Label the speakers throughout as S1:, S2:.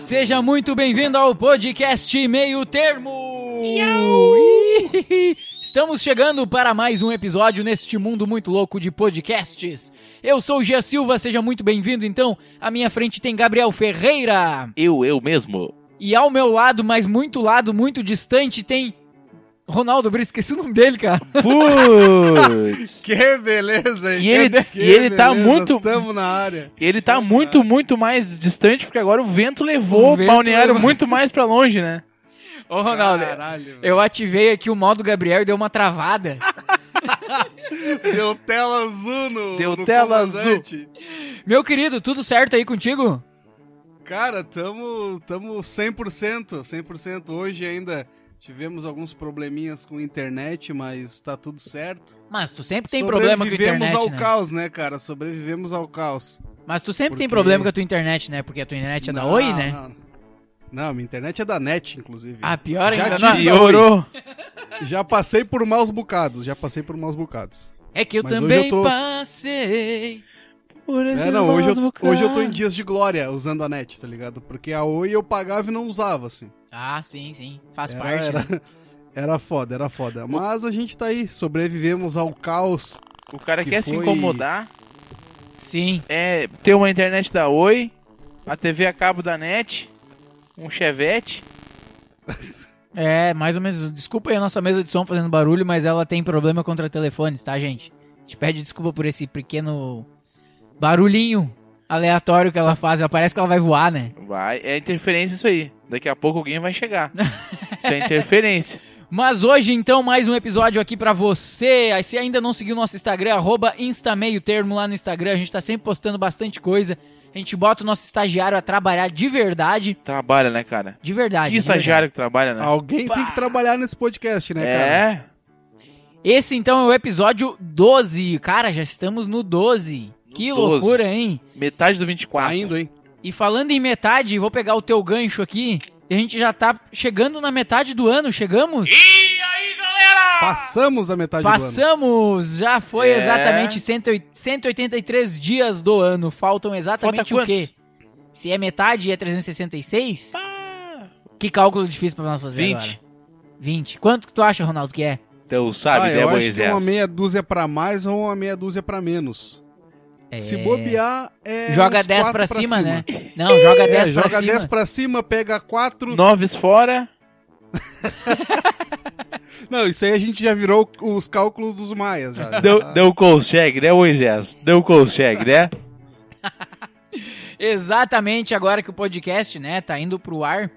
S1: Seja muito bem-vindo ao podcast Meio Termo. Estamos chegando para mais um episódio neste mundo muito louco de podcasts. Eu sou o Gia Silva, seja muito bem-vindo. Então, à minha frente tem Gabriel Ferreira
S2: Eu, eu mesmo.
S1: e ao meu lado, mas muito lado, muito distante, tem Ronaldo Brito. Esqueci o nome dele, cara.
S2: Putz.
S3: Que beleza, hein?
S2: E ele-
S3: que
S2: e ele tá muito-
S3: Tamo na área.
S2: Ele tá muito, muito mais distante, porque agora o vento levou
S1: O
S2: o,
S1: vento
S2: balneário
S1: levou.
S2: muito mais pra longe, né?
S1: Ô, Ronaldo,
S3: Caralho, velho.
S1: eu ativei aqui o modo Gabriel e deu uma travada.
S3: Deu tela azul no.
S2: Deu
S3: no
S2: tela
S3: comandante.
S1: Meu querido, tudo certo aí contigo?
S3: Cara, tamo, tamo 100%. 100% hoje ainda. Tivemos alguns probleminhas com internet, mas tá tudo certo.
S1: Mas tu sempre tem problema com a internet,
S3: Sobrevivemos ao
S1: né?
S3: caos, né, cara? Sobrevivemos ao caos.
S1: Mas tu sempre tem
S3: Porque-
S1: problema com a tua internet, né? Porque a tua internet é da Oi, né?
S3: Não. não, minha internet é da NET, inclusive.
S1: Ah, pior
S3: Já
S1: ainda.
S3: tive-
S1: Não.
S2: Piorou.
S3: Já passei por maus bocados, já passei por maus bocados.
S1: É que eu
S3: Mas hoje
S1: também
S3: eu tô-
S1: passei.
S3: É, não, hoje eu, hoje eu tô em dias de glória usando a net, tá ligado? Porque a Oi eu pagava e não usava, assim.
S1: Ah, sim, sim. Faz
S3: Era,
S1: parte. né?
S3: era, era foda, era foda. Mas a gente tá aí, sobrevivemos ao caos.
S2: O cara
S3: que
S2: quer se
S3: foi-
S2: incomodar,
S1: Sim.
S2: é ter uma internet da Oi, a TV a cabo da NET, um Chevette.
S1: É, mais ou menos. Desculpa aí a nossa mesa de som fazendo barulho, mas ela tem problema contra telefones, tá, gente? A gente pede desculpa por esse pequeno barulhinho aleatório que ela faz. Ela parece que ela vai voar, né?
S2: Vai, é interferência isso aí. Daqui a pouco alguém vai chegar. Isso é interferência.
S1: Mas hoje, então, mais um episódio aqui pra você. Aí, Se ainda não seguiu o nosso Instagram, arroba instameiotermo lá no Instagram. A gente tá sempre postando bastante coisa. A gente bota o nosso estagiário a trabalhar de verdade.
S2: Trabalha, né, cara?
S1: De verdade. de verdade.
S2: Que estagiário que trabalha,
S1: É.
S2: né?
S3: Alguém
S1: Opa!
S3: tem que trabalhar nesse podcast, né, cara?
S2: É.
S1: Esse, então, é o episódio 12. Cara, já estamos no 12.
S2: No
S1: que
S2: 12.
S1: loucura, hein?
S2: Metade do 24.
S3: Ainda, hein?
S1: E falando em metade, vou pegar o teu gancho aqui. A gente já tá chegando na metade do ano. Chegamos?
S3: Passamos a metade do ano.
S1: Passamos! Já foi
S2: É.
S1: exatamente 108 183 dias do ano. Faltam exatamente
S2: Falta
S1: o quê? Se é metade é 366? Que cálculo difícil pra nós fazer
S2: 20.
S1: agora. 20. Quanto que tu acha, Ronaldo, que é?
S2: Então sabe,
S3: ah,
S2: né,
S3: eu acho que
S2: Moisés?
S3: uma meia dúzia pra mais ou uma meia dúzia pra menos. Se
S1: É,
S3: bobear, é.
S1: Joga
S3: uns
S1: 10
S3: quatro
S1: pra cima, né? Não, joga 10
S3: é,
S1: pra
S3: joga
S1: cima.
S3: 10 pra cima, pega 4.
S2: Noves fora.
S3: Não, isso aí a gente já virou os cálculos dos maias já.
S2: Não, não consegue, né, Moisés? Não consegue, né?
S1: Exatamente agora que o podcast, né, tá indo pro ar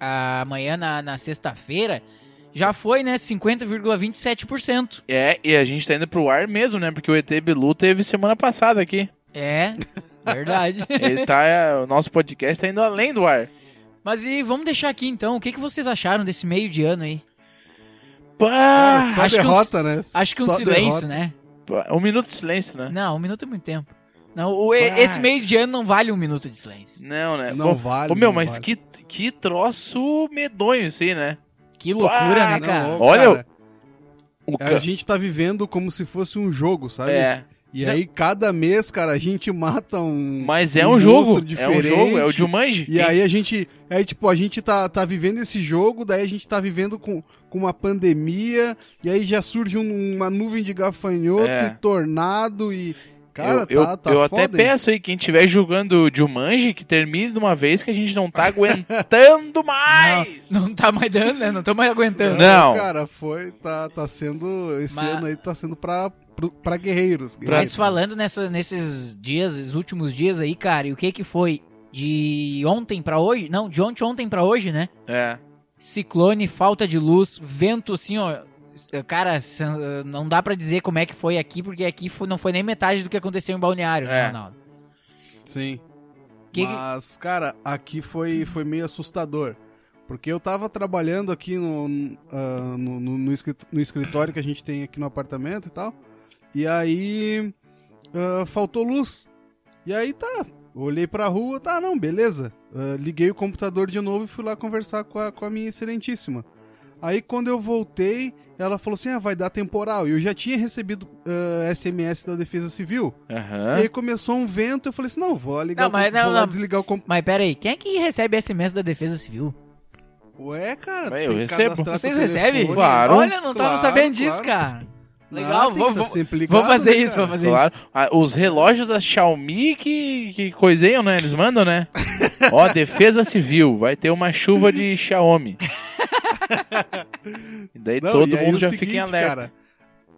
S1: ah, amanhã na, na sexta-feira, já foi, né, 50,27%.
S2: É, e a gente tá indo pro ar mesmo, né? Porque o ET Bilu teve semana passada aqui.
S1: É, verdade.
S2: Ele tá. é, o nosso podcast tá indo além do ar.
S1: Mas e vamos deixar aqui então, o que, que vocês acharam desse meio de ano aí?
S2: Pá!
S3: Ah, só
S1: acho que uns-
S3: derrota, né?
S1: Acho que um
S3: Só
S1: silêncio,
S3: derrota.
S1: né?
S2: pá, Um minuto de silêncio, né?
S1: Não, um minuto é muito tempo. Não, o- e-
S2: Ah.
S1: esse meio de ano não vale um minuto de silêncio.
S2: Não, né?
S3: Não
S2: Bom,
S3: vale.
S2: ô, meu,
S3: não
S2: mas
S3: vale.
S2: que, que troço medonho isso aí, né?
S1: Que loucura,
S2: Ah,
S1: né, cara?
S3: Não,
S2: Olha,
S3: cara,
S2: O
S3: a gente tá vivendo como se fosse um jogo, sabe?
S2: É,
S3: E aí, cada mês, cara, a gente mata um.
S2: mas é um jogo.
S3: monstro
S2: É um jogo, é o
S3: diferente.
S2: Jumanji.
S3: E aí a gente. Aí, tipo, a gente tá, tá vivendo esse jogo, daí a gente tá vivendo com, com uma pandemia, e aí já surge um- uma nuvem de gafanhoto
S2: É.
S3: e tornado e. Cara,
S2: eu,
S3: tá,
S2: eu-
S3: tá
S2: eu até
S3: foda, hein?
S2: peço aí, quem estiver julgando o Jumanji, que termine de uma vez que a gente não tá aguentando mais.
S1: Não tá mais dando, né? Não tô mais aguentando.
S2: Não.
S3: Cara, foi. Tá, tá sendo. Esse
S1: Mas-
S3: ano aí tá sendo pra, pro- pra guerreiros.
S1: Mas
S3: guerreiros.
S1: falando nessa- nesses dias, esses últimos dias aí, cara, e o que que foi de ontem pra hoje? Não, de ontem ontem pra hoje, né?
S2: É.
S1: Ciclone, falta de luz, vento assim, ó. Cara, se- não dá pra dizer como é que foi aqui, porque aqui foi- não foi nem metade do que aconteceu em Balneário, né,
S2: É.
S1: Ronaldo?
S3: Sim.
S1: Que-
S3: Mas, cara, aqui foi, foi meio assustador. Porque eu tava trabalhando aqui no, ah, no, no- no escrit- no escritório que a gente tem aqui no apartamento e tal. E aí. ah, faltou luz. E aí tá. Olhei pra rua, tá, não, beleza. Ah, liguei o computador de novo e fui lá conversar com a, com a minha excelentíssima. Aí quando eu voltei, ela falou assim: ah, vai dar temporal. E eu já tinha recebido ah, SMS da Defesa Civil. E
S2: Aham.
S3: aí começou um vento, eu falei assim: não, vou lá ligar
S1: Não,
S3: o
S1: mas
S3: com- vou
S1: não,
S3: lá
S1: não.
S3: desligar o computador.
S1: Mas pera aí, quem é que recebe SMS da Defesa Civil?
S3: Ué, cara, tu
S2: Mas eu
S3: tem que
S2: recebo.
S3: cadastrar
S1: Vocês
S3: teu
S1: recebem?
S3: Tá telefone.
S2: Claro.
S1: Olha, não tava
S3: Claro,
S1: sabendo disso,
S3: claro.
S1: cara.
S3: Ah,
S1: Legal,
S3: tem que
S1: vou,
S3: tá
S1: vou,
S3: sempre
S1: vou
S3: ligado,
S1: fazer
S3: né,
S1: isso, vou
S3: cara?
S1: fazer
S2: Claro. Ah, os relógios da Xiaomi que, que coiseiam, né? Eles mandam, né? Ó, defesa civil, vai ter uma chuva de Xiaomi. E daí
S3: Não,
S2: todo
S3: e aí é
S2: mundo
S3: o
S2: já
S3: seguinte,
S2: fica em alerta.
S3: Cara,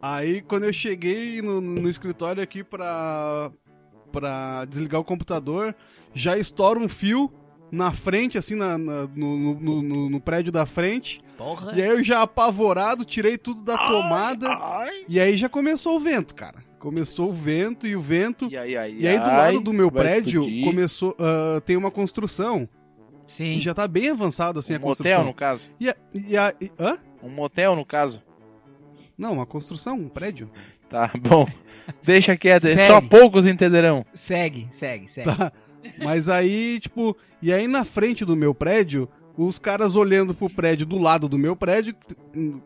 S3: aí quando eu cheguei no, no escritório aqui pra, pra desligar o computador, já estoura um fio na frente, assim, na, na- no, no- no- no- no prédio da frente.
S1: isso. Porra.
S3: E aí eu já apavorado, tirei tudo da tomada.
S2: Ai,
S3: E aí já começou o vento, cara. Começou o vento e o vento.
S2: E aí, aí,
S3: E aí do
S2: ai,
S3: lado do meu
S2: vai
S3: prédio
S2: explodir.
S3: começou, ah, tem uma construção. E
S1: Sim.
S3: já tá bem avançado assim
S2: um
S3: a
S2: motel, no
S3: construção.
S2: caso.
S3: E a, e a, e- hã?
S2: Um motel, no caso.
S3: Não, uma construção, um prédio.
S2: Tá bom. Deixa quieto,
S1: Segue.
S2: só poucos entenderão.
S1: Segue, segue, segue.
S3: Tá. Mas aí, tipo, e aí na frente do meu prédio, os caras olhando pro prédio do lado do meu prédio,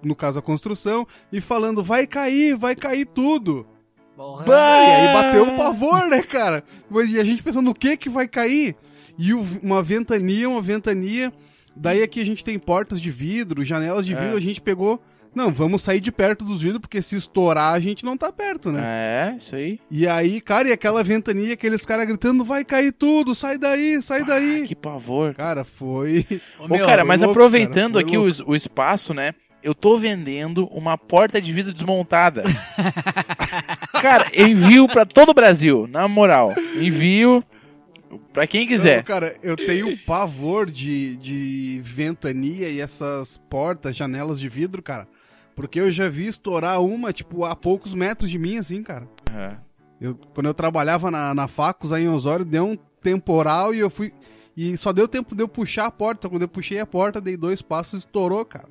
S3: no caso a construção, e falando: vai cair, vai cair tudo.
S1: Porra.
S2: Bah!
S3: E aí bateu o pavor, né, cara? Mas e a gente pensando no que que vai cair? E o- uma ventania, uma ventania. Daí aqui a gente tem portas de vidro, janelas de
S2: É.
S3: vidro, a gente pegou. Não, vamos sair de perto dos vidros, porque se estourar a gente não tá perto, né?
S2: É, isso aí.
S3: E aí, cara, e aquela ventania, aqueles caras gritando, vai cair tudo, sai daí, sai
S2: Ah,
S3: daí.
S2: que pavor.
S3: Cara, foi.
S1: Ô,
S2: Ô,
S1: meu,
S2: cara,
S3: foi
S2: mas
S3: louco,
S2: aproveitando
S3: cara, foi
S2: aqui o, es- o espaço, né? Eu tô vendendo uma porta de vidro desmontada. cara, envio pra todo o Brasil, na moral. Envio pra quem
S3: Não,
S2: quiser.
S3: cara, eu tenho um pavor de, de ventania e essas portas, janelas de vidro, cara. Porque eu já vi estourar uma, tipo, a poucos metros de mim, assim, cara.
S2: É.
S3: Eu, quando eu trabalhava na, na Facos, aí em Osório, deu um temporal e eu fui. E só deu tempo de eu puxar a porta. Quando eu puxei a porta, dei dois passos e estourou, cara.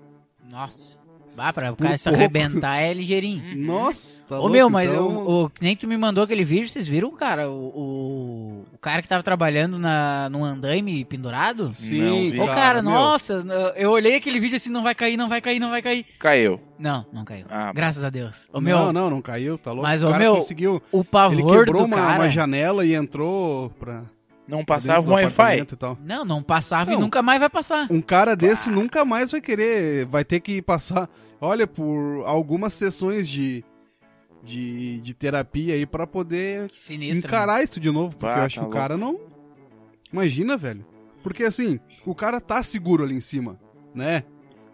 S1: Nossa. Bah, pra o
S3: Por
S1: cara se
S3: pouco.
S1: arrebentar é ligeirinho.
S2: Uhum.
S3: Nossa, tá
S1: Ô
S3: louco,
S1: meu, mas
S3: então-
S1: o, o- que nem tu me mandou aquele vídeo, vocês viram, cara? O, o, o cara que tava trabalhando na, num andaime pendurado?
S2: Não
S3: Sim,
S2: vi.
S1: Ô, cara,
S3: meu.
S1: nossa, eu olhei aquele vídeo assim, não vai cair, não vai cair, não vai cair.
S2: Caiu.
S1: Não, não caiu.
S2: Ah,
S1: Graças a Deus. Ô, meu,
S3: Não, não, não caiu, tá louco.
S1: Mas,
S3: o
S1: ô,
S3: cara
S1: meu,
S3: conseguiu.
S1: o
S3: Ele
S1: pavor
S3: quebrou
S1: do
S3: uma,
S1: cara...
S3: uma janela e entrou pra.
S2: Não
S3: pra
S2: passava
S3: dentro
S2: o
S3: do
S2: Wi-Fi.
S3: apartamento e tal.
S1: Não, não passava
S3: Não.
S1: e nunca mais vai passar.
S3: Um cara desse nunca mais vai querer. Vai ter que passar. Olha, por algumas sessões de, de, de terapia aí pra poder
S1: Que sinistro. né?
S3: encarar isso de novo. Porque
S2: Bah,
S3: eu acho
S2: tá
S3: que o cara não. Imagina, velho. Porque assim, o cara tá seguro ali em cima, né?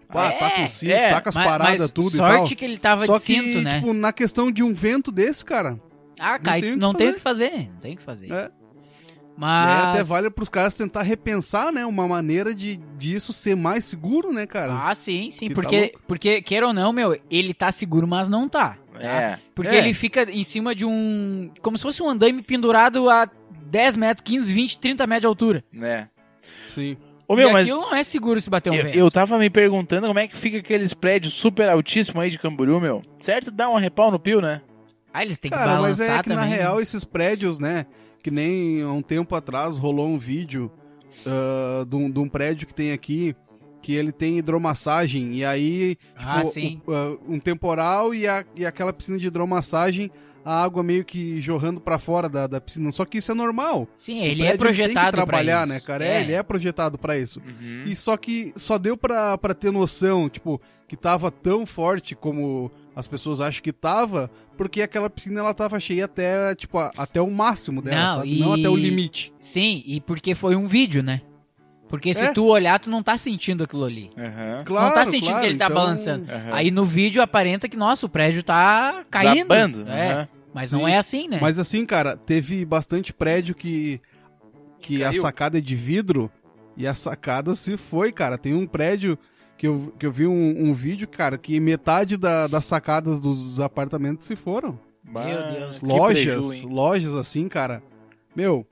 S3: Tipo, ah,
S1: É,
S3: tá com cinto,
S2: é,
S3: tá com as
S1: Mas-
S3: paradas,
S1: mas
S3: tudo
S1: sorte
S3: e
S1: que ele
S3: tal.
S1: tava
S3: Só
S1: de cinto,
S3: que,
S1: né?
S3: tipo, na questão de um vento desse, cara,
S1: ah,
S3: não
S1: cai,
S3: tem o que
S1: não tem o que
S3: fazer.
S1: fazer. Não tem o que fazer.
S3: É. E
S1: Mas...
S3: aí até vale pros caras tentar repensar, né? Uma maneira de disso ser mais seguro, né, cara?
S1: Ah, sim, sim.
S3: Que tá
S1: Porque, porque, queira ou não, meu, ele tá seguro, mas não tá. tá?
S2: É.
S1: Porque
S3: É.
S1: ele fica em cima de um. Como se fosse um andaime pendurado a 10 metros, 15, 20, 30 metros de altura.
S2: Né?
S3: Sim.
S2: Ô, meu,
S1: e
S2: mas
S1: aquilo não é seguro se bater um
S2: eu,
S1: vento.
S2: eu tava me perguntando como é que fica aqueles prédios super altíssimos aí de Camboriú, meu. Certo? Dá um repau no pio, né?
S1: Ah, eles têm que
S3: Cara, mas
S1: balançar
S3: é que na
S1: também. né?
S3: real esses prédios, né? Que nem há um tempo atrás rolou um vídeo ah, de, um, de um prédio que tem aqui que ele tem hidromassagem e aí tipo,
S1: ah, sim.
S3: o- ah, um temporal e, a- e aquela piscina de hidromassagem a água meio que jorrando pra fora da, da piscina. Só que isso é normal.
S1: Sim,
S3: O
S1: ele
S3: prédio
S1: é projetado
S3: tem que trabalhar,
S1: pra
S3: né,
S1: isso.
S3: cara? É, ele é projetado pra isso.
S2: Uhum.
S3: E só que só deu pra, pra ter noção, tipo, que tava tão forte como as pessoas acham que tava, porque aquela piscina ela tava cheia até, tipo, a- até o máximo dela,
S1: Não,
S3: não, não
S1: e-
S3: até o limite.
S1: Sim, e porque foi um vídeo, né? Porque se
S3: É.
S1: tu olhar, tu não tá sentindo aquilo ali.
S2: Aham.
S3: Claro,
S1: tá sentindo
S3: claro,
S1: que ele tá
S3: então-
S1: balançando.
S2: Aham.
S1: Aí no vídeo aparenta que, nossa, o prédio tá caindo.
S2: Zabando.
S1: É,
S2: Aham.
S1: mas
S3: Sim.
S1: não é assim, né?
S3: Mas assim, cara, teve bastante prédio que que a
S2: Caiu.
S3: sacada é de vidro e a sacada se foi, cara. Tem um prédio que eu, que eu vi um, um vídeo, cara, que metade da- das sacadas dos apartamentos se foram.
S1: Meu Deus.
S2: Que
S3: lojas,
S2: preju, hein?
S3: lojas assim, cara. Meu,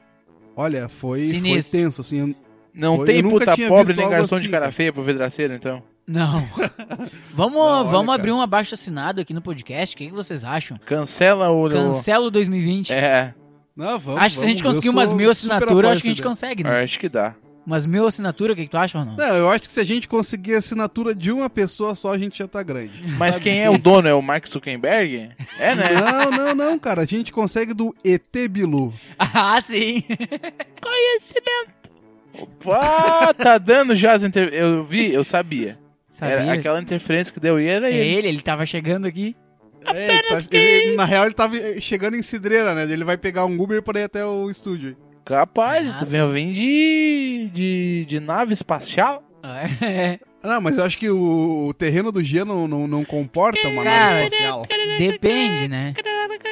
S3: olha, foi, foi
S1: Sinistro.
S3: tenso, assim.
S2: Não
S3: Foi-
S2: tem
S3: eu nunca
S2: puta
S3: tinha
S2: pobre
S3: visto
S2: nem
S3: algo
S2: garçom
S3: assim,
S2: de cara
S3: cara.
S2: feia pro vidraceiro, então.
S1: Não. vamos
S3: Não, olha,
S1: vamos
S3: cara.
S1: abrir um abaixo assinado aqui no podcast. O que, que vocês acham?
S2: Cancela o.
S1: Cancela o 2020.
S2: É,
S3: Não, vamos,
S1: acho que se a gente
S3: vamos,
S1: conseguir
S3: eu
S1: umas
S3: sou
S1: mil
S3: super
S1: assinaturas,
S3: apoio
S1: acho que a gente
S3: essa ideia.
S1: consegue, né?
S2: acho que dá.
S1: umas mil assinaturas, o que, que tu acha, Ronaldo?
S3: Não, eu acho que se a gente conseguir a assinatura de uma pessoa só, a gente já tá grande.
S2: Mas quem é o dono? É o Mark Zuckerberg? É, né?
S3: Não, não, não, cara. A gente consegue do ET Bilu.
S1: ah, sim!
S2: Conhecimento. Opa, tá dando já as inter... Eu vi, eu sabia.
S1: Sabia?
S2: Era aquela interferência que deu e era
S1: É
S2: ele.
S1: ele, ele tava chegando aqui.
S3: É, ele tá- ele- na real, ele tava eh, chegando em Cidreira, né? Ele vai pegar um Uber pra ir até o
S1: É.
S3: estúdio.
S2: Capaz,
S1: Nossa.
S2: tu vem, eu vim de, de, de nave espacial.
S1: É.
S3: Ah, Não, mas eu acho que o, o terreno do Gia não, não, não comporta uma
S1: Cara,
S3: nave espacial.
S1: Depende, né?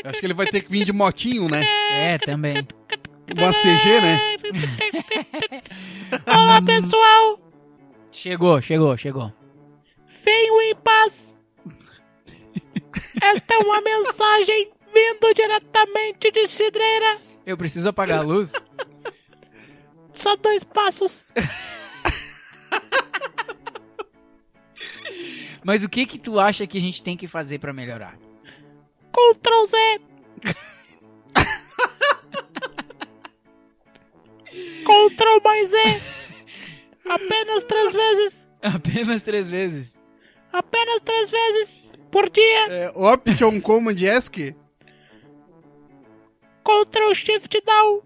S3: Eu acho que ele vai ter que vir de motinho, né?
S1: É, também.
S3: Uma CG, né?
S4: Olá, pessoal!
S1: Chegou, chegou, chegou.
S4: Venho em paz! Esta é uma mensagem vindo diretamente de Cidreira.
S1: Eu preciso apagar a luz?
S4: Só dois passos.
S1: Mas o que que tu acha que a gente tem que fazer pra melhorar?
S4: Ctrl Z. Ctrl mais Z. Apenas três vezes.
S1: Apenas três vezes.
S4: Apenas três vezes por dia.
S3: É, Option Command ESC?
S4: Ctrl Shift Down.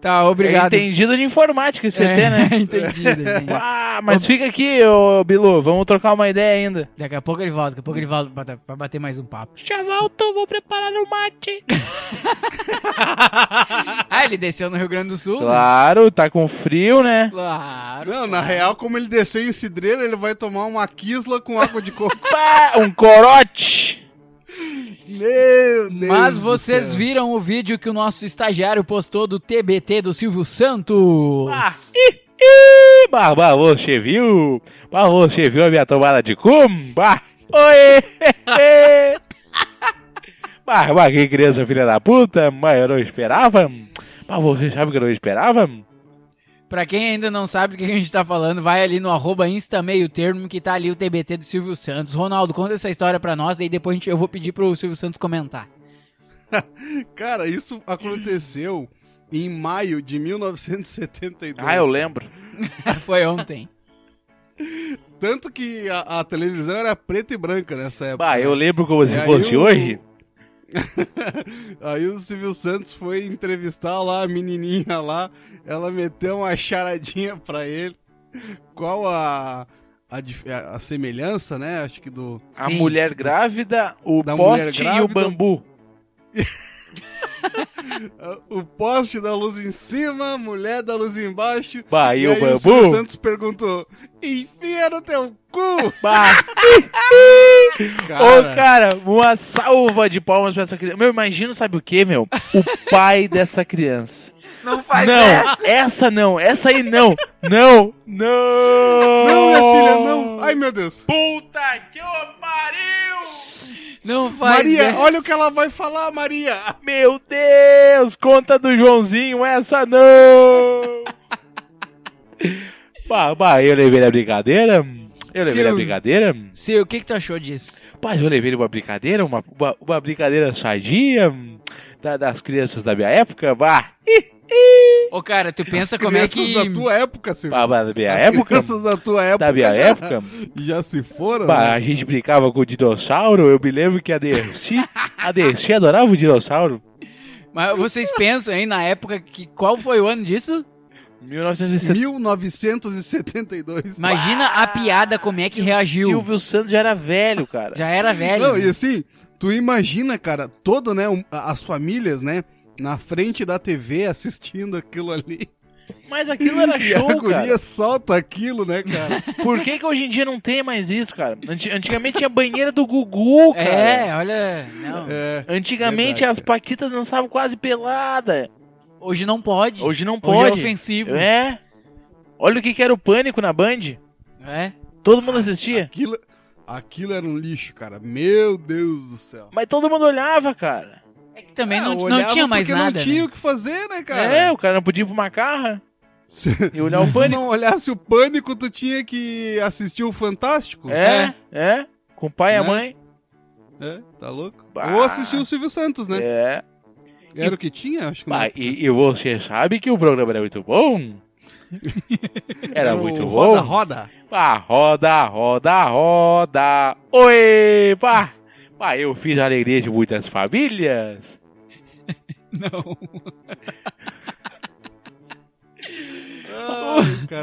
S1: Tá, obrigado.
S2: É entendido de informática esse ET, né?
S1: É, entendido, entendido.
S2: Ah, mas fica aqui, ô Bilu, vamos trocar uma ideia ainda.
S1: Daqui a pouco ele volta, daqui a pouco ele volta pra, pra bater mais um papo.
S4: Já volto, vou preparar o mate.
S1: Ah, ele desceu no Rio Grande do Sul? né?
S2: Claro, tá com frio, né?
S1: Claro.
S3: Não, na real, como ele desceu em Cidreira, ele vai tomar uma quisla com água de coco.
S2: Pá, um corote!
S3: Meu Deus
S1: Mas
S3: do
S1: vocês
S3: céu.
S1: viram o vídeo que o nosso estagiário postou do TBT do Silvio Santos?
S2: Ah, ih, ih, bah, bah, você viu? Bah, você viu a minha tomada de cumba? Oi! bah, bah, que criança filha da puta, mas eu não esperava. Mas você sabe que eu não esperava?
S1: Pra quem ainda não sabe do que a gente tá falando, vai ali no arroba Insta Meio Termo que tá ali o TBT do Silvio Santos. Ronaldo, conta essa história pra nós, aí depois a gente- eu vou pedir pro Silvio Santos comentar.
S3: Cara, isso aconteceu em maio de 1972.
S2: Ah, eu lembro.
S1: Foi ontem.
S3: Tanto que a, a televisão era preta e branca nessa época. né?
S2: Bah, eu lembro como se
S3: E aí
S2: fosse
S3: o-
S2: hoje.
S3: Aí o Silvio Santos foi entrevistar lá a menininha lá, ela meteu uma charadinha pra ele. Qual a, a, dif- a- a semelhança, né? Acho que do.
S2: A
S1: Sim.
S2: mulher grávida, o
S3: Da mulher
S2: poste e o
S3: grávida.
S2: bambu.
S3: a- O poste da luz em cima, a mulher da luz embaixo.
S2: Bah, e, o
S3: aí o Silvio
S2: bambu?
S3: Santos perguntou: enfia no teu cu!
S2: Bah, Ô,
S3: Cara,
S2: cara, uma salva de palmas pra essa criança. Meu, imagino, sabe o que, meu? O pai dessa criança.
S1: Não
S2: não, essa. não, essa aí não. Não, não.
S3: não, minha filha, não! Ai meu Deus!
S2: Puta que o pariu!
S1: Não faz
S3: Maria,
S1: essa.
S3: olha o que ela vai falar, Maria!
S2: Meu Deus, conta do Joãozinho, essa não. bah, bah, eu levei na brincadeira. Eu levei na
S1: Sil-
S2: brincadeira.
S1: Sil, o que que tu achou disso?
S2: Mas eu levei uma brincadeira, uma, uma, uma brincadeira sadia hum, da- das crianças da minha época, bah,
S1: Ô, cara, tu pensa como é
S3: Crianças
S1: que...
S3: da tua época, Silvio.
S2: bah, bah, da minha
S3: As
S2: É época,
S3: crianças da tua época.
S2: da minha
S3: já,
S2: época,
S3: Já se foram?
S2: bah,
S3: né?
S2: a gente brincava com o dinossauro, eu me lembro que a Dercy, a Dercy adorava o dinossauro,
S1: Mas vocês pensam, hein, na época que... Qual foi o ano disso?
S2: 1970.
S3: 1972.
S1: Imagina a piada, como é que reagiu.
S2: Silvio Santos já era velho, cara.
S1: Já era velho.
S3: Não, e assim, tu imagina, cara, toda, né, um- a- as famílias, né, na frente da TV assistindo aquilo ali.
S2: Mas aquilo era
S3: e a
S2: show,
S3: guria
S2: cara.
S3: solta aquilo, né, cara?
S2: Por que, que hoje em dia não tem mais isso, cara? Anti- antigamente tinha banheira do Gugu, cara.
S1: É, olha... Não.
S3: É.
S2: Antigamente
S3: Verdade,
S2: as paquitas dançavam quase pelada.
S1: Hoje não pode.
S2: Hoje não
S1: Hoje é
S2: pode.
S1: ofensivo.
S2: É. Olha o que, que era o pânico na Band.
S1: É.
S2: Todo mundo assistia.
S3: Aquilo, aquilo era um lixo, cara. Meu Deus do céu.
S2: Mas todo mundo olhava, cara.
S1: É que também
S3: Ah,
S1: não, não
S3: olhava
S1: tinha mais
S3: porque
S1: nada.
S3: Não tinha
S1: né?
S3: o que fazer, né,
S2: É,
S3: cara?
S2: o cara não podia ir pra uma carra
S3: Se, se
S2: e olhar o
S3: tu
S2: pânico.
S3: não olhasse o pânico, tu tinha que assistir o Fantástico.
S2: É, é. Com o pai e a
S3: Né?
S2: mãe.
S3: É, tá louco?
S2: Bah.
S3: Ou assistir o Silvio Santos, né?
S2: É.
S3: Era o que tinha? Acho que
S2: Bah, e, e você sabe que o programa era muito bom? Era
S3: o
S2: muito
S3: roda,
S2: bom.
S3: roda.
S2: Bah, roda, roda, roda. Oi, bah. Bah, eu fiz a alegria de muitas famílias.
S3: Não.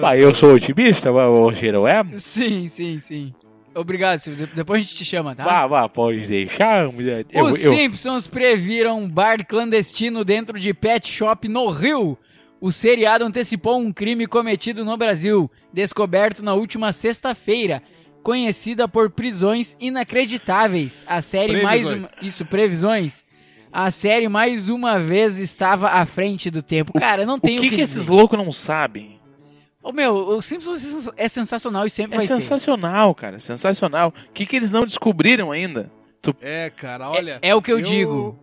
S2: Bah, eu sou otimista, mas você não é?
S1: Sim, sim, sim. Obrigado, Silvio. De- Depois a gente te chama, tá?
S2: Bah, bah, pode deixar. mulher. Eu,
S1: Os
S2: eu-
S1: Simpsons previram um bar clandestino dentro de pet shop no Rio. O seriado antecipou um crime cometido no Brasil, descoberto na última sexta-feira. Conhecida por prisões inacreditáveis, a série mais
S3: Previsões.
S1: uma... isso previsões. A série mais uma vez estava à frente do tempo. Cara, não
S2: o
S1: tem o
S2: que, que esses loucos não sabem?
S1: Ô, meu, o Simpsons é sensacional e sempre
S2: É
S1: vai ser.
S2: sensacional, cara, é sensacional. O que, que eles não descobriram ainda?
S3: É, cara, olha.
S1: É o que eu, digo.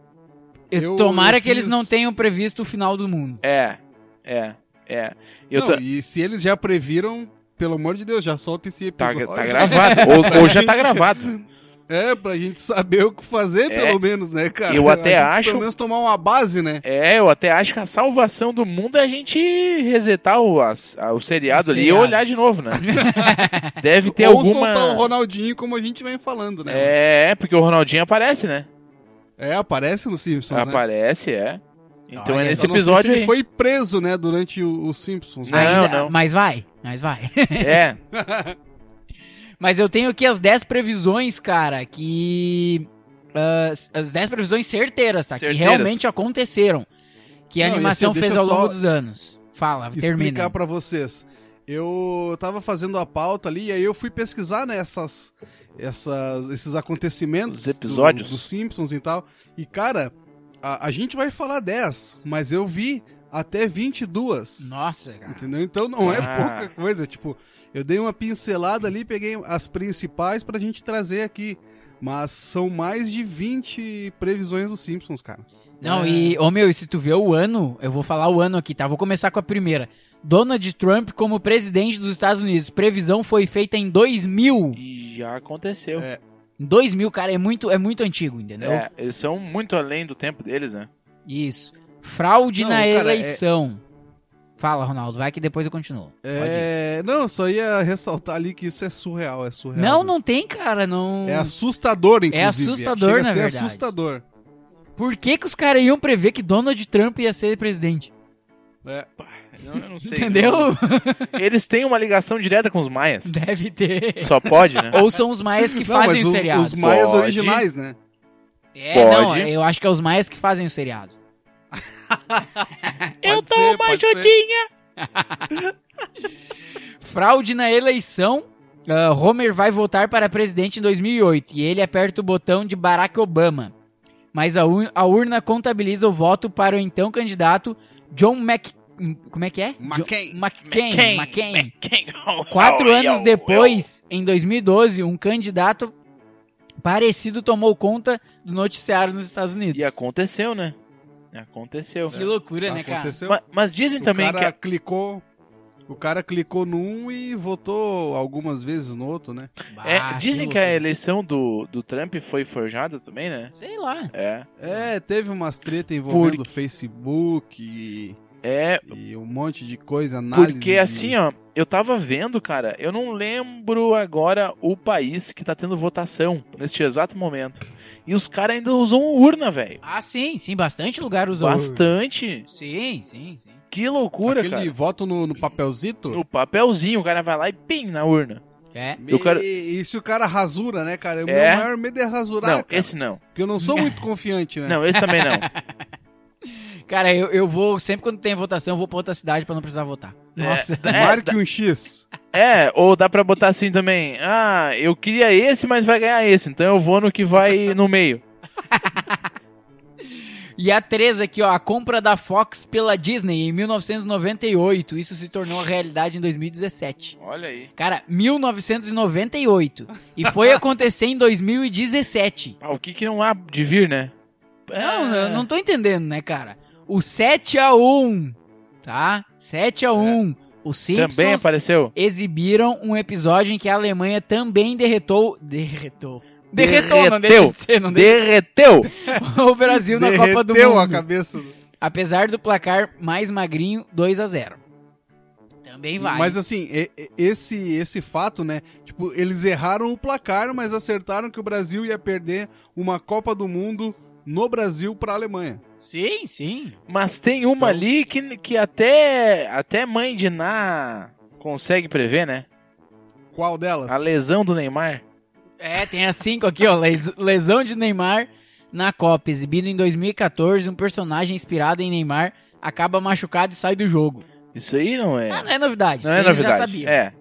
S3: eu-
S1: Tomara
S3: eu
S1: que eles não
S3: fiz-
S1: tenham previsto o final do mundo.
S2: É, é, é. Eu
S3: Não,
S2: tô-
S3: E se eles já previram, pelo amor de Deus, já solta esse
S2: Tá,
S3: episódio.
S2: tá gravado. Ou, ou já tá gravado.
S3: É, pra gente saber o que fazer,
S2: É.
S3: pelo menos, né, cara?
S2: Eu até
S3: A gente
S2: acho-
S3: Pelo menos tomar uma base, né?
S2: É, eu até acho que a salvação do mundo é a gente resetar o, as- a- o seriado
S1: O
S2: ali
S1: seriado.
S2: e olhar de novo, né? Deve ter
S3: Ou
S2: alguma.
S3: soltar o Ronaldinho, como a gente vem falando, né?
S2: É, porque o Ronaldinho aparece, né?
S3: É, aparece no Simpsons, né?
S2: aparece, é. Então
S1: Olha,
S2: é nesse
S3: Eu não sei se
S2: episódio
S3: ele
S2: aí.
S3: foi preso, né, durante o- os Simpsons.
S2: Não,
S3: né?
S1: Ainda-
S2: não.
S1: Mas vai, mas vai.
S2: É.
S1: Mas eu tenho aqui as 10 previsões, cara, que. ah, as 10 previsões certeiras, tá? Que
S2: Certeiras.
S1: realmente aconteceram. Que a
S3: Não, e
S1: animação
S3: assim,
S1: fez
S3: deixa
S1: ao
S3: eu
S1: longo
S3: só
S1: dos anos. Fala, termina.
S3: explicar pra vocês. Eu tava fazendo a pauta ali e aí eu fui pesquisar né, essas, essas- esses acontecimentos
S2: Os episódios.
S3: do- dos Simpsons e tal. E cara, a, a gente vai falar 10, mas eu vi até 22.
S1: Nossa, cara.
S3: Entendeu? Então não é
S2: Ah.
S3: pouca coisa, tipo, eu dei uma pincelada ali, peguei as principais pra gente trazer aqui, mas são mais de 20 previsões dos Simpsons, cara. é.
S1: Não, e, ô meu, e se tu vê o ano, eu vou falar o ano aqui, tá? Vou começar com a primeira. Donald Trump como presidente dos Estados Unidos. Previsão foi feita em 2000.
S2: E já aconteceu.
S3: É.
S1: Em 2000, cara, é muito, é muito antigo, entendeu?
S2: É, eles são muito além do tempo deles, né?
S1: Isso. Fraude
S3: Não,
S1: na
S3: cara, é-
S1: eleição. Fala, Ronaldo, vai que depois eu continuo. Pode ir.
S3: É, não, só ia ressaltar ali que isso é surreal, é surreal.
S1: Não,
S3: mesmo.
S1: não tem, cara, não.
S3: É assustador, inclusive.
S1: assustador,
S3: Chega a
S1: na
S3: ser
S1: verdade.
S3: assustador.
S1: Por que que os caras iam prever que Donald Trump ia ser presidente?
S3: É.
S2: Eu, eu não sei.
S1: Entendeu?
S2: Eles têm uma ligação direta com os maias.
S1: Deve ter.
S2: Só pode, né?
S1: Ou são os maias É que
S3: Não,
S1: fazem
S3: mas
S1: o
S3: os,
S1: seriado.
S3: Os maias
S2: Pode.
S3: originais, né?
S1: É, não,
S2: Pode.
S1: eu acho que é os maias que fazem o seriado.
S4: Eu
S3: Pode
S4: dou
S3: ser,
S4: uma
S3: pode ser.
S4: ajudinha.
S1: Fraude na eleição. Ah, Homer vai votar para presidente em 2008 e ele aperta o botão de Barack Obama. Mas a, ur- a urna contabiliza o voto para o então candidato John Mac... Como é que é?
S3: McCain.
S1: John- McCain.
S2: McCain.
S1: McCain.
S2: Quem-
S1: Quatro
S2: Oh,
S1: anos
S2: eu-
S1: depois, em 2012, um candidato parecido tomou conta do noticiário nos Estados
S2: eu-
S1: Unidos.
S2: E aconteceu, né? Aconteceu.
S1: Que loucura, né, cara?
S3: Aconteceu.
S2: Ma- Mas dizem
S3: o
S2: também
S3: cara
S2: que. é-
S3: clicou... O cara clicou num e votou algumas vezes no outro, né?
S1: Bah,
S2: é, dizem que, a
S1: Ah, loucura.
S2: eleição do, do Trump foi forjada também, né?
S1: Sei lá.
S2: É.
S3: É, teve umas treta envolvendo o Facebook e,
S2: É.
S3: e um monte de coisa, análise.
S2: Porque assim, ó, eu tava vendo, cara, eu não lembro agora o país que tá tendo votação neste exato momento. E os caras ainda usam urna, velho.
S1: Ah, sim, sim, bastante lugar usou.
S2: Bastante.
S1: Sim, sim, sim.
S2: Que loucura,
S3: Aquele
S2: cara.
S3: voto no, no papelzito.
S2: No papelzinho, o cara vai lá e pim na urna.
S1: É.
S3: Me-
S2: eu quero-
S3: E se o cara rasura, né, cara? O meu
S2: É.
S3: maior medo é rasurar,
S2: Não,
S3: cara,
S2: esse não.
S3: porque eu não sou muito confiante, né?
S2: Não, esse também não.
S1: Cara, eu, eu vou, sempre quando tem votação, eu vou pra outra cidade pra não precisar votar. Nossa.
S2: É,
S3: Marque um X.
S2: É, ou dá pra botar assim também. Ah, eu queria esse, mas vai ganhar esse. Então eu vou no que vai no meio.
S1: E a 3 aqui, ó, a compra da Fox pela Disney em 1998. Isso se tornou realidade em 2017.
S2: Olha aí.
S1: Cara, 1998. E foi acontecer em 2017.
S2: Ah, o que que não há de vir, né?
S1: Não, eu não tô entendendo, né, cara? O 7x1, tá? 7x1. Os Simpsons
S2: É. Também apareceu.
S1: exibiram um episódio em que a Alemanha também derretou... Derretou. Derreteu, não deixa de ser, não deixa
S2: Derreteu!
S1: o Brasil na Copa do
S3: Derreteu a
S1: Mundo.
S3: cabeça. do-
S1: Apesar do placar mais magrinho, 2 a 0 Também vai.
S3: Mas assim, e- e- esse, esse fato, né? Tipo, eles erraram o placar, mas acertaram que o Brasil ia perder uma Copa do Mundo no Brasil pra Alemanha.
S1: Sim, sim.
S2: Mas tem uma ali que, que até, até mãe de Ná consegue prever, né?
S3: Qual delas?
S2: A lesão do Neymar.
S1: É, tem as cinco aqui, ó. Les- Lesão de Neymar na Copa. Exibido em 2014, um personagem inspirado em Neymar acaba machucado e sai do jogo.
S2: Isso aí não é.
S1: Ah, não é novidade.
S2: não
S1: isso
S2: é
S1: eles
S2: novidade.
S1: já sabiam.
S2: É.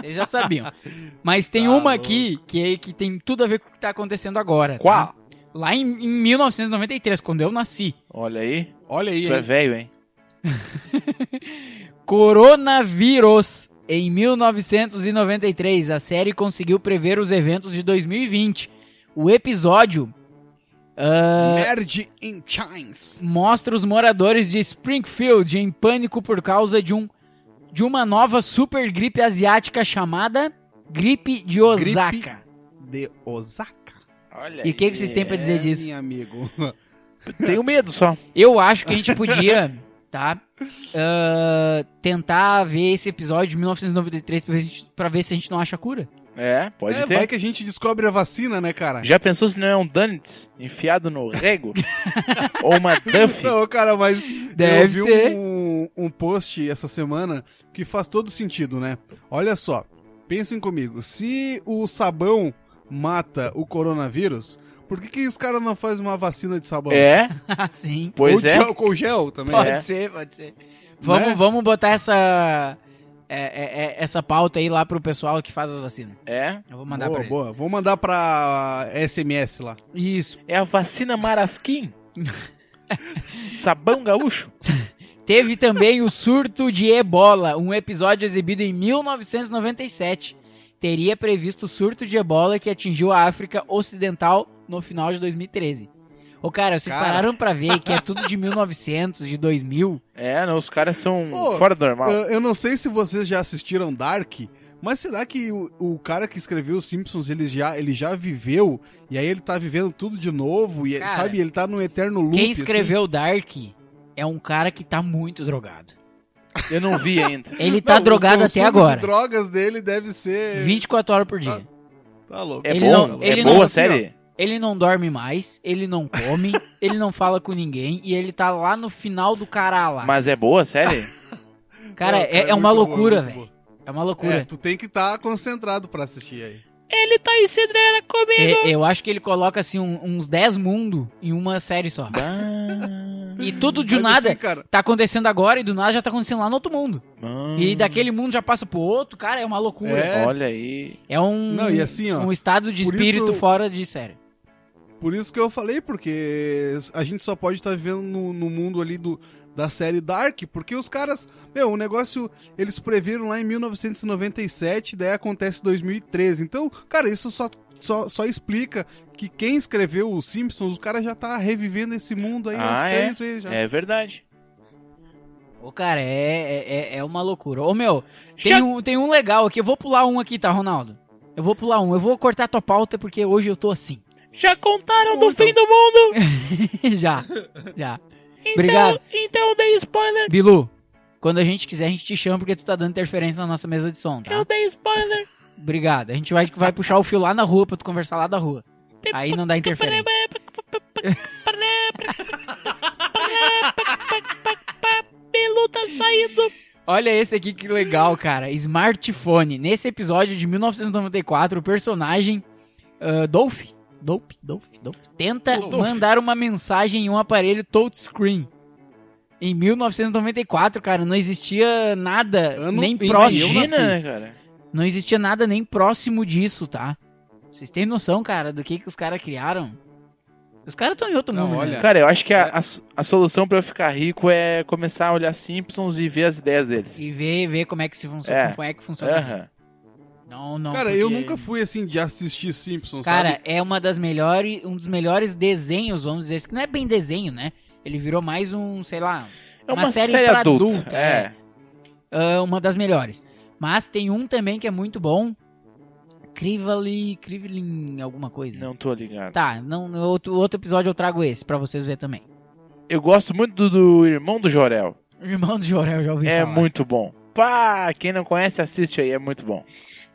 S1: Vocês já sabiam. Mas tem
S3: Tá
S1: uma
S3: louco.
S1: aqui que, que tem tudo a ver com o que tá acontecendo agora. tá?
S2: Qual?
S1: Lá em, em 1993, quando eu nasci.
S2: Olha aí.
S3: Olha aí,
S2: Tu é
S3: hein?
S2: velho, hein?
S1: Coronavírus. Em 1993, a série conseguiu prever os eventos de 2020. O episódio Ah.
S3: Nerd in Chains.
S1: mostra os moradores de Springfield em pânico por causa de um de uma nova super gripe asiática chamada gripe de Osaka.
S3: De Osaka.
S2: Olha
S1: E o que, que vocês têm pra dizer
S3: É,
S1: disso?
S3: Minha amigo.
S2: Tenho medo só.
S1: Eu acho que a gente podia, tá? ah, tentar ver esse episódio de 1993 pra ver, se a gente- pra ver se a gente não acha a cura.
S2: É, pode
S3: é,
S2: ter.
S3: vai que a gente descobre a vacina, né, cara?
S2: Já pensou se não é um Danitz enfiado no rego? Ou uma Duff?
S3: Não, cara, mas
S1: Deve
S3: eu vi
S1: ser.
S3: Um, um post essa semana que faz todo sentido, né? Olha só, pensem comigo, se o sabão mata o coronavírus, por que, que os caras não fazem uma vacina de sabão?
S2: É,
S1: Ah, sim.
S2: pois
S3: Ou
S2: é.
S3: de álcool gel também.
S1: Pode
S2: É.
S1: ser, pode ser. Vamos,
S3: Né?
S1: vamos botar essa é, é, é, essa pauta aí lá pro pessoal que faz as vacinas.
S2: É.
S1: Eu vou mandar
S3: boa,
S1: pra
S3: boa. Vou mandar pra SMS lá.
S1: eles. Isso.
S2: É a vacina Marasquim. Sabão gaúcho.
S1: Teve também o surto de ebola, um episódio exibido em 1997. Teria previsto o surto de ebola que atingiu a África Ocidental no final de 2013. Ô, cara, vocês
S3: Cara.
S1: pararam pra ver que é tudo de 1900, de 2000?
S2: É, não, os caras são
S3: Pô,
S2: fora do normal.
S3: Eu, eu não sei se vocês já assistiram Dark, mas será que o, o cara que escreveu os Simpsons, ele já, ele já viveu, e aí ele tá vivendo tudo de novo, e
S1: Cara,
S3: sabe, ele tá num eterno loop.
S1: Quem
S3: assim.
S1: escreveu Dark é um cara que tá muito drogado.
S2: Eu não vi ainda.
S1: Ele tá
S3: Não, o
S1: drogado até
S3: consumo
S1: agora.
S3: De drogas dele deve ser.
S1: 24 horas por dia.
S3: Tá louco.
S2: É
S1: Ele
S2: bom?
S1: não-
S2: é
S1: ele
S2: boa
S1: não- assim,
S2: a série?
S1: Ele não dorme mais, ele não come, ele não fala com ninguém e ele tá lá no final do cará lá.
S2: Mas é boa a série?
S1: Cara,
S3: Não,
S1: é, é uma
S3: muito bom,
S1: loucura,
S3: muito
S1: velho. É uma
S3: bom. É,
S1: loucura.
S3: tu tem que estar concentrado pra assistir aí.
S4: Ele tá em cidreira
S3: É.
S4: comigo.
S1: E- É, eu acho que ele coloca assim um- uns 10 mundos em uma série só.
S2: Ah,
S1: E tudo de
S3: Mas
S1: nada
S3: assim, cara,
S1: tá acontecendo agora e do nada já tá acontecendo lá no outro mundo.
S2: mano.
S1: E daquele mundo já passa pro outro, cara, é uma loucura.
S3: Hum. É.
S2: Olha aí.
S1: É, um
S3: Não, e assim, ó,
S1: um estado de
S3: por
S1: espírito
S3: isso-
S1: fora de série.
S3: por isso que eu falei, porque a gente só pode estar vivendo no, no mundo ali do, da série Dark, porque os caras. Meu, o negócio. Eles previram lá em 1997, daí acontece 2013. Então, cara, isso só. Só, só explica que quem escreveu os Simpsons, o cara já tá revivendo esse mundo aí umas
S2: Ah, é.
S3: três vezes já.
S2: É verdade.
S1: Ô, cara, é, é, é uma loucura. Ô, meu, tem
S2: Já-
S1: um, tem um legal aqui. Eu vou pular um aqui, tá, Ronaldo? Eu vou pular um. Eu vou cortar tua pauta porque hoje eu tô assim.
S4: Já contaram
S3: Bom,
S4: do fim do mundo?
S1: já, já.
S4: Então,
S1: Obrigado.
S4: então dei spoiler.
S1: Bilu, quando a gente quiser, a gente te chama porque tu tá dando interferência na nossa mesa de som, tá?
S4: Eu dei spoiler.
S1: Obrigado. A gente vai, vai puxar o fio lá na rua pra tu conversar lá da rua. Aí não dá interferência.
S4: Bilu tá saindo.
S1: Olha esse aqui que legal, cara. Smartphone. Nesse episódio de 1994, o personagem ah, Dolph, Dolph, Dolph, Dolph, tenta
S3: Dolph.
S1: mandar uma mensagem em um aparelho touchscreen. Em 1994, cara, não existia nada
S3: Ano
S1: nem
S3: em
S1: próximo.
S3: eu
S2: Imagina,
S3: nasci.
S2: né, cara?
S1: Não existia nada nem próximo disso, tá? Vocês têm noção, cara, do que, que os caras criaram? Os caras estão em outro
S3: Não,
S1: mundo.
S3: olha,
S1: né?
S2: É. Cara, eu acho que a, a, a solução pra eu ficar rico é começar a olhar Simpsons e ver as ideias deles.
S1: E ver, ver como é que se funciona,
S2: É.
S1: como é que funciona.
S2: Aham.
S1: Não, não.
S3: Cara, eu
S1: porque-
S3: nunca fui assim de assistir Simpsons,
S1: Cara,
S3: sabe?
S1: é uma das melhores, um dos melhores desenhos, vamos dizer, assim, que não é bem desenho, né? Ele virou mais um, sei lá,
S2: É
S1: Uma
S2: uma,
S1: série
S2: série,
S1: pra
S2: adulta.
S1: adulta, né?
S2: é.
S1: ah, uma das melhores. Mas tem um também que é muito bom, Crivali, Crivelin, alguma coisa.
S2: Não tô ligado.
S1: Tá, não, no outro, outro episódio eu trago esse pra vocês verem também.
S2: Eu gosto muito do, do Irmão do Jorel.
S1: Irmão do Jorel, já ouvi
S2: É
S1: falar.
S2: muito bom. Pá, quem não conhece, assiste aí, é muito bom.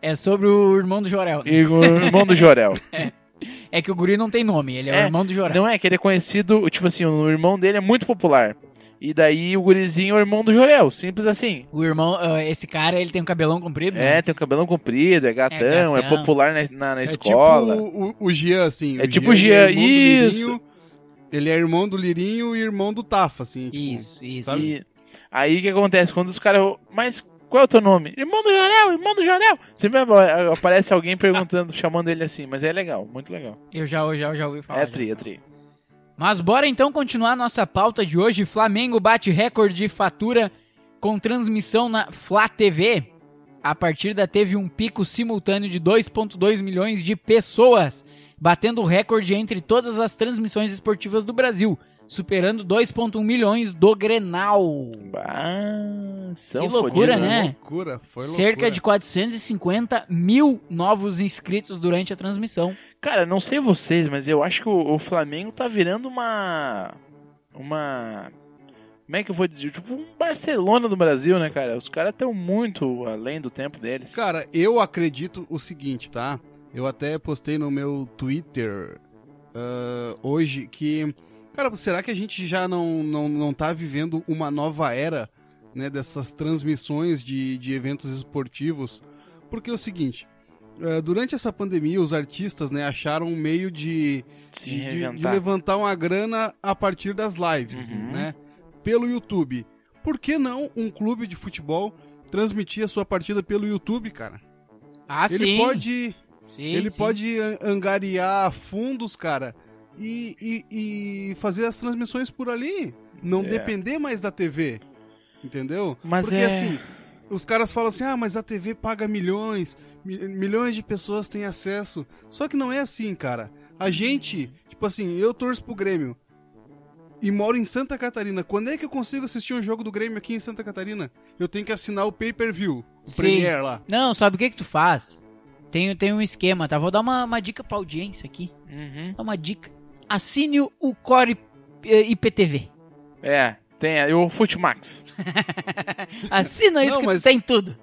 S1: É sobre o irmão do Jorel. né?
S2: E o Irmão do Jorel.
S1: É que o guri não tem nome, ele é,
S2: É,
S1: o irmão do Jorel.
S2: Não é que ele é conhecido, tipo assim, o irmão dele é muito popular. E daí o gurizinho é o irmão do Jorel, simples assim.
S1: O irmão, ah, esse cara, ele tem um cabelão comprido, né?
S2: É, tem o cabelão comprido, é gatão, é,
S1: gatão.
S2: popular na, na, na
S3: É
S2: escola.
S3: tipo o, o Jean, assim.
S2: É tipo o Jean,
S3: ele é irmão do
S2: isso.
S3: Lirinho, ele é irmão do Lirinho e irmão do Tafa, assim. tipo,
S1: Isso, isso.
S3: sabe?
S1: isso.
S2: E aí o que acontece? Quando os caras. Mas qual é o teu nome? Irmão do Jorel, irmão do Jorel! Sempre ap- aparece alguém perguntando, chamando ele assim, mas é legal, muito legal.
S1: Eu já, eu já, eu já ouvi falar.
S2: É
S1: já.
S2: tri, é tri.
S1: Mas bora então continuar nossa pauta de hoje. Flamengo bate recorde de fatura com transmissão na Flá TV. A partida teve um pico simultâneo de 2,2 milhões de pessoas, batendo o recorde entre todas as transmissões esportivas do Brasil, superando 2,1 milhões do Grenal.
S2: Bah, são
S1: Que loucura,
S2: fodidos,
S1: né?
S3: é Loucura, foi loucura.
S1: Cerca de 450 mil novos inscritos durante a transmissão.
S2: Cara, não sei vocês, mas eu acho que o, o Flamengo tá virando uma. Uma. Como é que eu vou dizer? Tipo um Barcelona do Brasil, né, cara? Os caras estão muito além do tempo deles.
S3: Cara, eu acredito o seguinte, tá? Eu até postei no meu Twitter ah, hoje que. Cara, será que a gente já não, não, não tá vivendo uma nova era né, dessas transmissões de, de eventos esportivos? Porque é o seguinte. ah, Durante essa pandemia, os artistas né, acharam um meio de,
S2: Se
S3: de- de- de
S2: reinventar.
S3: levantar uma grana a partir das lives,
S2: Uhum.
S3: né? Pelo YouTube. Por que não um clube de futebol transmitir a sua partida pelo YouTube, cara?
S1: Ah,
S3: ele
S1: sim.
S3: pode,
S1: sim,
S3: ele
S1: sim.
S3: pode an- angariar fundos, cara, e, e- e fazer as transmissões por ali, não
S2: É.
S3: depender mais da TV, entendeu?
S2: Mas
S3: Porque
S2: é-
S3: assim, os caras falam assim, ah, mas a TV paga milhões, mi- milhões de pessoas têm acesso. Só que não é assim, cara. A gente, tipo assim, eu torço pro Grêmio e moro em Santa Catarina. Quando é que eu consigo assistir um jogo do Grêmio aqui em Santa Catarina? Eu tenho que assinar o pay-per-view, o
S1: Sim.
S3: Premier lá.
S1: Não, sabe o que que tu faz? Tem, tem um esquema, tá? Vou dar uma, uma dica pra audiência aqui.
S2: Uhum.
S1: Dá uma dica. Assine o Core eh, IPTV.
S2: É, tem aí o Futimax.
S1: Assina isso
S3: Não,
S1: que
S3: mas-
S1: tu tem tudo.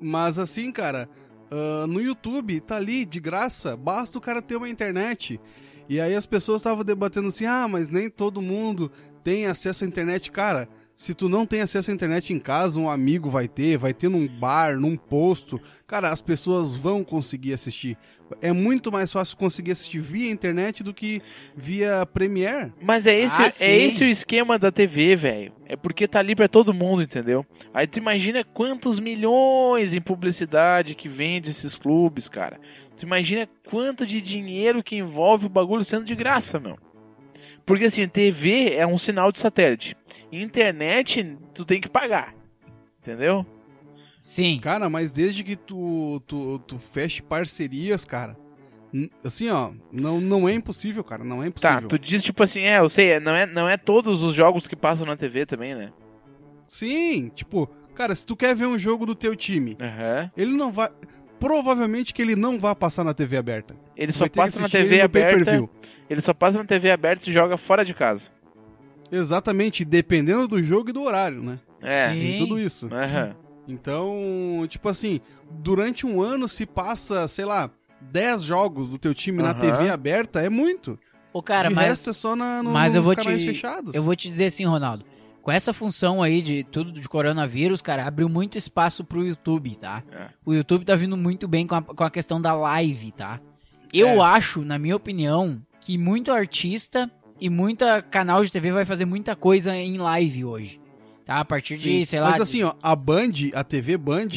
S3: Mas assim, cara, ah, no YouTube tá ali de graça, basta o cara ter uma internet. E aí as pessoas estavam debatendo assim: ah, mas nem todo mundo tem acesso à internet. Cara, se tu não tem acesso à internet em casa, um amigo vai ter, vai ter num bar, num posto. Cara, as pessoas vão conseguir assistir. É muito mais fácil conseguir assistir via internet do que via Premiere.
S2: Mas é esse,
S1: Ah,
S2: é
S1: sim.
S2: esse o esquema da TV, velho. É porque tá ali pra todo mundo, entendeu? Aí tu imagina quantos milhões em publicidade que vende esses clubes, cara. Tu imagina quanto de dinheiro que envolve o bagulho sendo de graça, meu. Porque assim, TV é um sinal de satélite. Internet, tu tem que pagar. Entendeu?
S1: Sim.
S3: Cara, mas desde que tu, tu, tu feche parcerias, cara. n- Assim, ó, não, não é impossível, cara. Não é
S2: Tá,
S3: impossível.
S2: tu diz tipo assim, é, eu sei, é, não é, não é todos os jogos que passam na TV também, né?
S3: Sim, tipo, cara, se tu quer ver um jogo do teu time,
S2: Aham.
S3: ele não vai. Provavelmente que ele não vai passar na TV aberta.
S2: Ele só
S3: Vai ter que
S2: passa na
S3: assistir
S2: TV
S3: ele no
S2: aberta.
S3: pay-per-view.
S2: Ele só passa na TV aberta e se joga fora de casa.
S3: Exatamente, dependendo do jogo e do horário, né?
S2: É.
S1: Sim.
S3: Tem tudo isso.
S2: Aham.
S3: Então, tipo assim, durante um ano se passa, sei lá, 10 jogos do teu time na
S2: Aham.
S3: TV aberta, é muito.
S1: Ô, cara,
S3: De
S1: mas
S3: resto é só na, no,
S1: mas
S3: nos
S1: eu vou
S3: canais
S1: te-
S3: fechados.
S1: eu vou te dizer assim, Ronaldo. Com essa função aí de tudo de coronavírus, cara, abriu muito espaço pro YouTube, tá?
S2: É.
S1: O YouTube tá vindo muito bem com a, com a questão da live, tá? Eu
S3: É.
S1: acho, na minha opinião, que muito artista e muita canal de TV vai fazer muita coisa em live hoje. Tá? A partir de, sei lá.
S3: Mas
S1: de-
S3: assim, ó, a Band, a TV Band,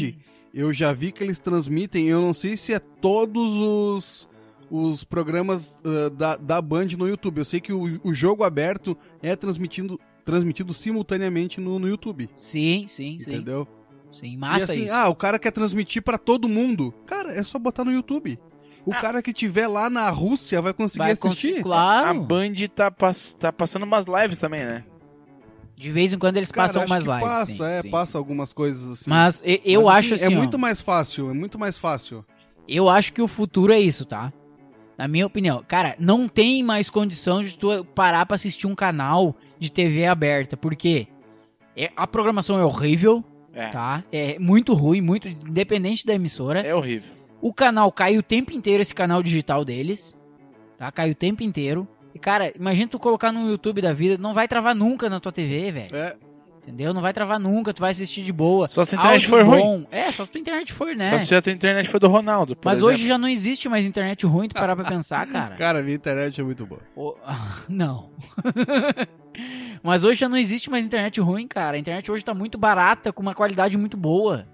S3: eu já vi que eles transmitem, eu não sei se é todos os, os programas ah, da, da Band no YouTube. Eu sei que o, o jogo aberto é transmitindo, transmitido simultaneamente no, no YouTube.
S1: Sim, sim, sim.
S3: Entendeu?
S1: Sim,
S3: e
S1: massa
S3: assim,
S1: isso.
S3: ah, o cara quer transmitir pra todo mundo. Cara, é só botar no YouTube. O cara que tiver lá na Rússia vai conseguir
S1: Ah. Vai
S3: assistir.
S1: conseguir,
S2: A
S1: claro.
S2: Band tá, pass- tá passando umas lives também, né?
S1: De vez em quando eles
S3: Cara,
S1: passam
S3: acho
S1: umas
S3: que
S1: lives.
S3: Passa,
S1: sim,
S3: é,
S1: sim.
S3: passa algumas coisas assim.
S1: Mas e- eu
S3: Mas,
S1: acho assim,
S3: É
S1: ó,
S3: muito mais fácil, é muito mais fácil.
S1: Eu acho que o futuro é isso, tá? Na minha opinião. Cara, não tem mais condição de tu parar pra assistir um canal de TV aberta. Por quê? É- a programação é horrível,
S2: É.
S1: tá? É muito ruim, muito independente da emissora.
S2: É horrível.
S1: O canal cai o tempo inteiro, esse canal digital deles. Tá? Cai o tempo inteiro. E, cara, imagina tu colocar no YouTube da vida, não vai travar nunca na tua TV, velho.
S3: É,
S1: Entendeu? Não vai travar nunca, tu vai assistir de boa.
S2: Só se a internet
S1: Áudio
S2: for ruim.
S1: bom. É, só se a tua internet for, né?
S2: Só se a tua internet foi do Ronaldo. por
S1: Mas
S2: exemplo.
S1: hoje já não existe mais internet ruim, tu parar pra pensar, cara.
S3: cara, minha internet é muito boa.
S1: O- Não. Mas hoje já não existe mais internet ruim, cara. A internet hoje tá muito barata, com uma qualidade muito boa.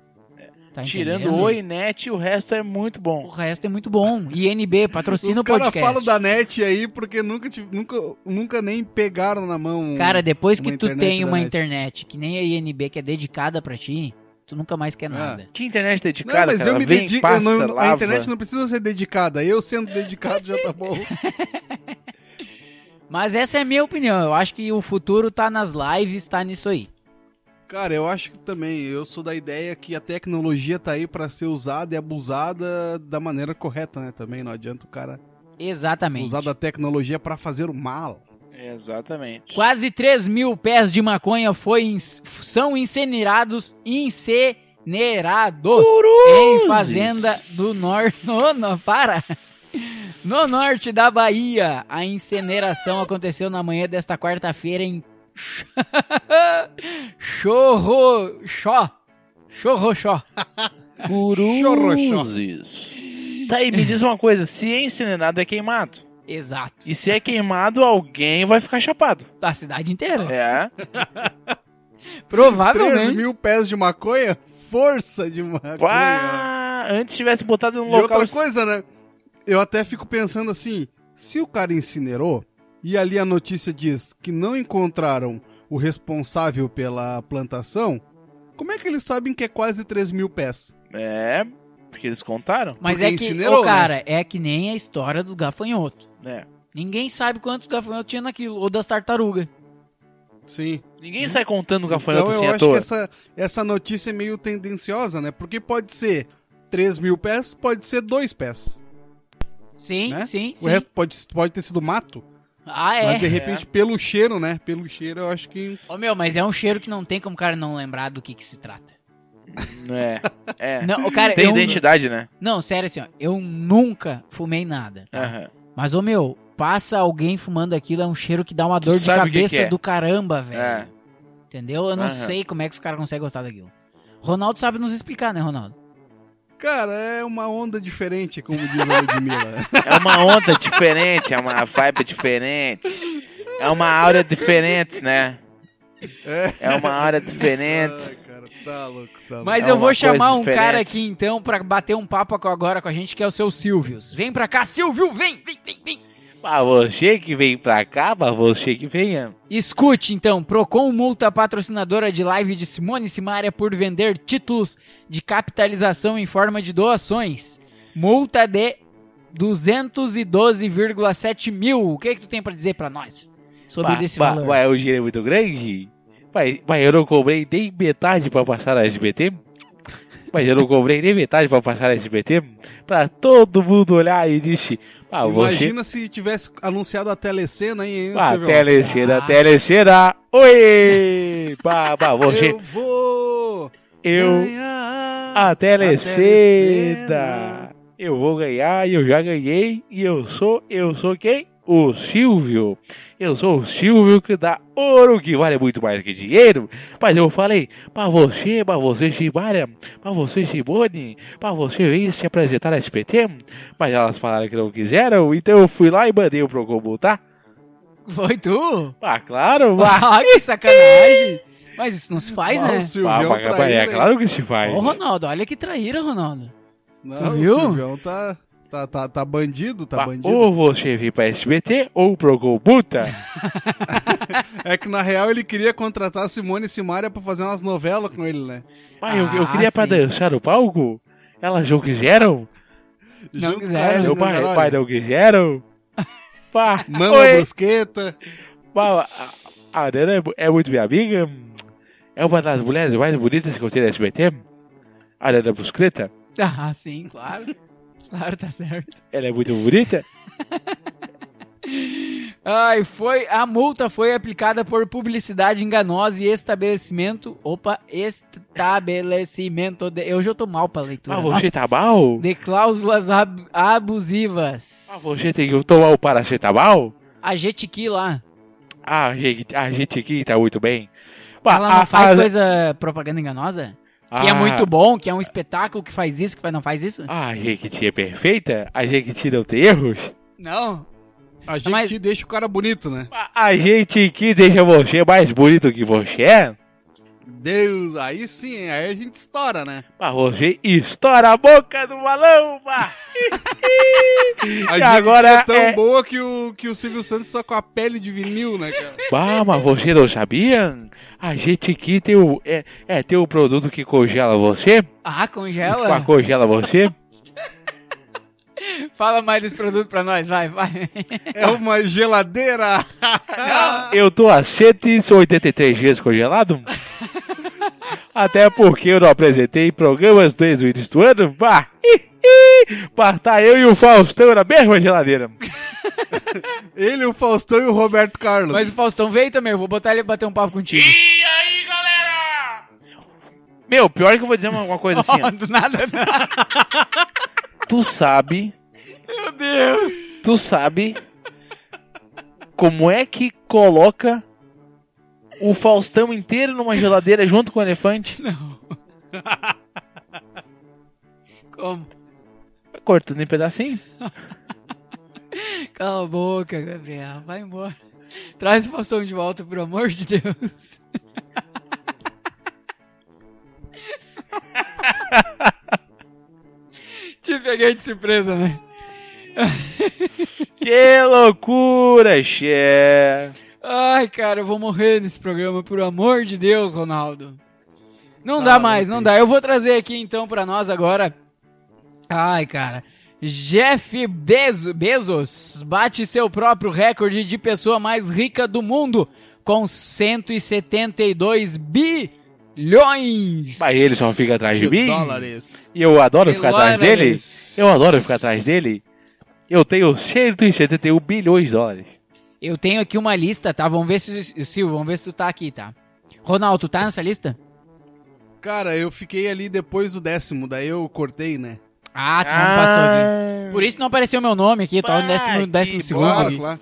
S1: Tá
S2: Tirando
S1: entendendo?
S2: o Oi, Net, o resto é muito
S1: O
S2: bom.
S1: resto é muito bom. INB, patrocina
S3: Os
S1: o
S3: caras
S1: podcast.
S3: falam da net aí porque nunca, tive- nunca, nunca nem pegaram na mão. um-
S1: Cara, depois que
S3: uma
S1: tu
S3: internet
S1: tem
S3: da
S1: uma
S3: net.
S1: internet que nem a INB, que é dedicada pra ti, tu nunca mais
S3: É.
S1: quer nada.
S2: Que internet
S3: Não,
S2: dedicada,
S3: mas
S2: cara.
S3: eu me
S2: Vem,
S3: dedico.
S2: passa,
S3: eu não-
S2: lava.
S3: a internet não precisa ser dedicada. Eu sendo dedicado já tá bom.
S1: Mas essa é a minha opinião. Eu acho que o futuro tá nas lives, tá nisso aí.
S3: Cara, eu acho que também. Eu sou da ideia que a tecnologia tá aí pra ser usada e abusada da maneira correta, né? Também não adianta o cara
S1: Exatamente.
S3: usar da tecnologia pra fazer o mal.
S2: Exatamente.
S1: Quase 3 mil pés de maconha foi ins- são incinerados, incinerados em fazenda do norte. Não, para! No norte da Bahia, a incineração aconteceu na manhã desta quarta-feira em Chorrochó. Chorrochó.
S2: Tá aí, me diz uma coisa: se é incinerado, é queimado.
S1: Exato.
S2: E se é queimado, alguém vai ficar chapado.
S1: A cidade inteira.
S2: É.
S3: 3
S1: Provavelmente.
S3: mil pés de maconha? Força de maconha.
S2: Pá, antes tivesse botado num
S3: né? E
S2: um local.
S3: outra coisa, né? Eu até fico pensando assim, se o cara incinerou e ali a notícia diz que não encontraram o responsável pela plantação, como é que eles sabem que é quase 3 mil pés?
S2: É, porque eles contaram.
S1: Mas
S3: Porque
S1: é que,
S3: incinerou, né?
S1: ô, cara, é que nem a história dos gafanhotos.
S2: né?
S1: Ninguém sabe quantos gafanhotos tinha naquilo, ou das tartarugas.
S3: Sim.
S2: Ninguém sai contando o
S3: Então
S2: gafanhoto
S3: eu
S2: assim à
S3: acho
S2: toa.
S3: que essa, essa notícia é meio tendenciosa, né? Porque pode ser 3 mil pés, pode ser 2 pés.
S1: Sim,
S3: Né?
S1: sim,
S3: O
S1: sim.
S3: resto pode, pode ter sido mato,
S1: Ah,
S3: mas
S1: é.
S3: de repente pelo cheiro, né? Pelo cheiro eu acho que...
S1: Ô, meu, mas é um cheiro que não tem como o cara não lembrar do que que se trata.
S2: É, é.
S1: Não, o cara,
S2: Tem
S1: eu-
S2: identidade, né?
S1: Não, sério assim, ó, eu nunca fumei nada.
S3: É.
S1: tá?
S2: Aham.
S1: Mas, ô, meu, passa alguém fumando aquilo, é um cheiro que dá uma
S2: Tu
S1: dor de
S2: sabe o que
S1: cabeça
S2: que é.
S1: do caramba, velho.
S2: É.
S1: Entendeu? Eu não
S2: Aham.
S1: sei como é que os caras conseguem gostar daquilo. Ronaldo sabe nos explicar, né, Ronaldo?
S3: Cara, é uma onda diferente, como diz a Ludmilla. né?
S2: É uma onda diferente, é uma vibe diferente. É uma aura diferente, né? É uma aura diferente.
S3: Ai, cara, tá louco, tá louco.
S1: Mas
S2: É
S1: eu
S2: uma
S1: vou chamar
S2: coisa
S1: um cara
S2: diferente.
S1: aqui então pra bater um papo co- agora com a gente, que é o seu Silvius. Vem pra cá, Silvio, vem, vem, vem, vem.
S2: Pra você que vem pra cá, pra você que venha.
S1: Escute então, Procon multa a patrocinadora de live de Simone Simaria por vender títulos de capitalização em forma de doações. Multa de 212,7 mil. O que é que tu tem pra dizer pra nós sobre
S2: Bah,
S1: esse
S2: bah,
S1: valor?
S2: Ué, o dinheiro é muito grande? Mas, mas eu não cobrei nem metade pra passar na SBT. Mas eu não cobrei nem metade pra passar na SBT. Pra todo mundo olhar e disse: Ah, você.
S3: Imagina se tivesse anunciado a telecena, hein? hein,
S2: Ah,
S3: Silvio?
S2: telecena,
S1: Ah.
S2: telecena. Oi! Bah, bah, você.
S3: Eu vou
S2: Eu. Ah,
S3: ganhar
S2: A
S3: telecena.
S2: telecena. Eu vou ganhar e eu já ganhei. E eu sou. Eu sou quem? O Silvio. Eu sou o Silvio que dá ouro, que vale muito mais que dinheiro. Mas eu falei, pra você, pra você, Chibara, pra você, Chibone, pra você vir se apresentar na SPT. Mas elas falaram que não quiseram, então eu fui lá e mandei o Procombo, tá?
S1: Foi tu?
S2: Ah, claro, vá.
S1: Ah, que sacanagem. Mas isso não se faz,
S3: Mas
S2: Ah,
S1: né?
S3: o Silvio é um
S2: Vá, vá, vá,
S3: traíra,
S2: é
S3: hein?
S2: claro que se faz.
S1: Ô, Ronaldo, olha que traíra, Ronaldo. Tu
S3: Não, o
S1: viu?
S3: Silvio tá, tá, tá, tá bandido, tá
S2: Vá,
S3: bandido.
S2: ou você vir pra SBT ou tá? pro Golbuta.
S3: É que na real ele queria contratar a Simone e Simaria pra fazer umas novelas com ele, né?
S2: Pai, eu, eu
S1: Ah,
S2: queria pra
S1: sim.
S2: dançar no palco? Elas não quiseram?
S1: Não
S3: Junto
S1: quiseram.
S3: com ele,
S2: Meu
S3: né,
S2: pai,
S3: cara?
S2: pai, não quiseram? Pá,
S3: Mama
S2: oi,
S3: Brusqueta.
S2: pá, a, a Nana é mu- é muito minha amiga. É uma das mulheres mais bonitas que eu tenho na SBT. A Nana Buscreta.
S1: Ah, sim, claro. Claro, tá certo.
S2: Ela é muito bonita?
S1: Ai, foi. A multa foi aplicada por publicidade enganosa e estabelecimento. Opa, estabelecimento. De, hoje eu tô mal pra leitura.
S2: Mas você tá mal?
S1: de cláusulas ab- abusivas.
S2: Mas você tem que tomar o paracetamol?
S1: A Jetiki lá.
S2: Ah, gente, a gente aqui tá muito bem. Bah,
S1: Ela não
S2: a-
S1: faz
S2: a-
S1: coisa propaganda enganosa? Que é
S2: Ah.
S1: muito bom, que é um espetáculo, que faz isso, que faz- não faz isso?
S2: Ah, a Jequiti é perfeita? A Jequiti não tem erros?
S1: Não.
S3: A gente
S1: Mas-
S3: deixa o cara bonito, né?
S2: A, a gente que deixa você mais bonito que você é?
S3: Deus, aí sim, aí a gente estoura, né?
S2: Mas você estoura a boca do balão, bah.
S3: A
S2: E
S3: gente
S2: agora
S3: é tão
S2: é-
S3: boa que o, que o Silvio Santos tá com a pele de vinil, né, cara?
S2: Bah, mas você não sabia? A gente que tem o... É, é, tem um produto que congela você?
S1: Ah,
S2: Com a
S1: congela.
S2: congela você?
S1: Fala mais desse produto pra nós, vai, vai.
S3: É uma geladeira!
S2: Eu tô há 183 dias congelado? Até porque eu não apresentei programas desde o início do ano? Bah! ih, ih, bah, tá eu e o Faustão na mesma geladeira.
S3: Ele, o Faustão e o Roberto Carlos.
S1: Mas o Faustão veio também, eu vou botar ele pra bater um papo contigo.
S2: E aí, galera? Meu, pior que eu vou dizer uma, uma coisa assim. ó.
S1: Do nada, não.
S2: Tu sabe,
S1: Meu Deus.
S2: tu sabe como é que coloca o Faustão inteiro numa geladeira junto com o elefante?
S1: Não. Como?
S2: Cortando em pedacinho.
S1: Cala a boca, Gabriel. Vai embora. Traz o Faustão de volta, por amor de Deus. Te peguei de surpresa, né?
S2: Que loucura, che.
S1: Ai, cara, eu vou morrer nesse programa, por amor de Deus, Ronaldo. Não dá
S3: Ah,
S1: mais,
S3: ok.
S1: não dá. Eu vou trazer aqui então pra nós agora. Ai, cara. Jeff Bezo- Bezos bate seu próprio recorde de pessoa mais rica do mundo com 172 bilhões.
S2: Mas ele só fica atrás de
S3: de
S2: mim.
S3: dólares.
S2: E eu adoro ficar atrás dele.
S1: Dólares.
S2: Eu adoro ficar atrás dele. Eu tenho 171 bilhões de dólares.
S1: Eu tenho aqui uma lista, tá? Vamos ver se Silvio, vamos ver se tu tá aqui, tá? Ronaldo, tu tá nessa lista?
S3: Cara, eu fiquei ali depois do décimo, daí eu cortei, né?
S1: Ah, tu não passou aqui.
S2: Ah.
S1: Por isso não apareceu meu nome aqui, tá no
S2: Bah,
S1: décimo,
S2: que
S1: décimo segundo
S3: Claro,
S1: aqui,
S3: claro.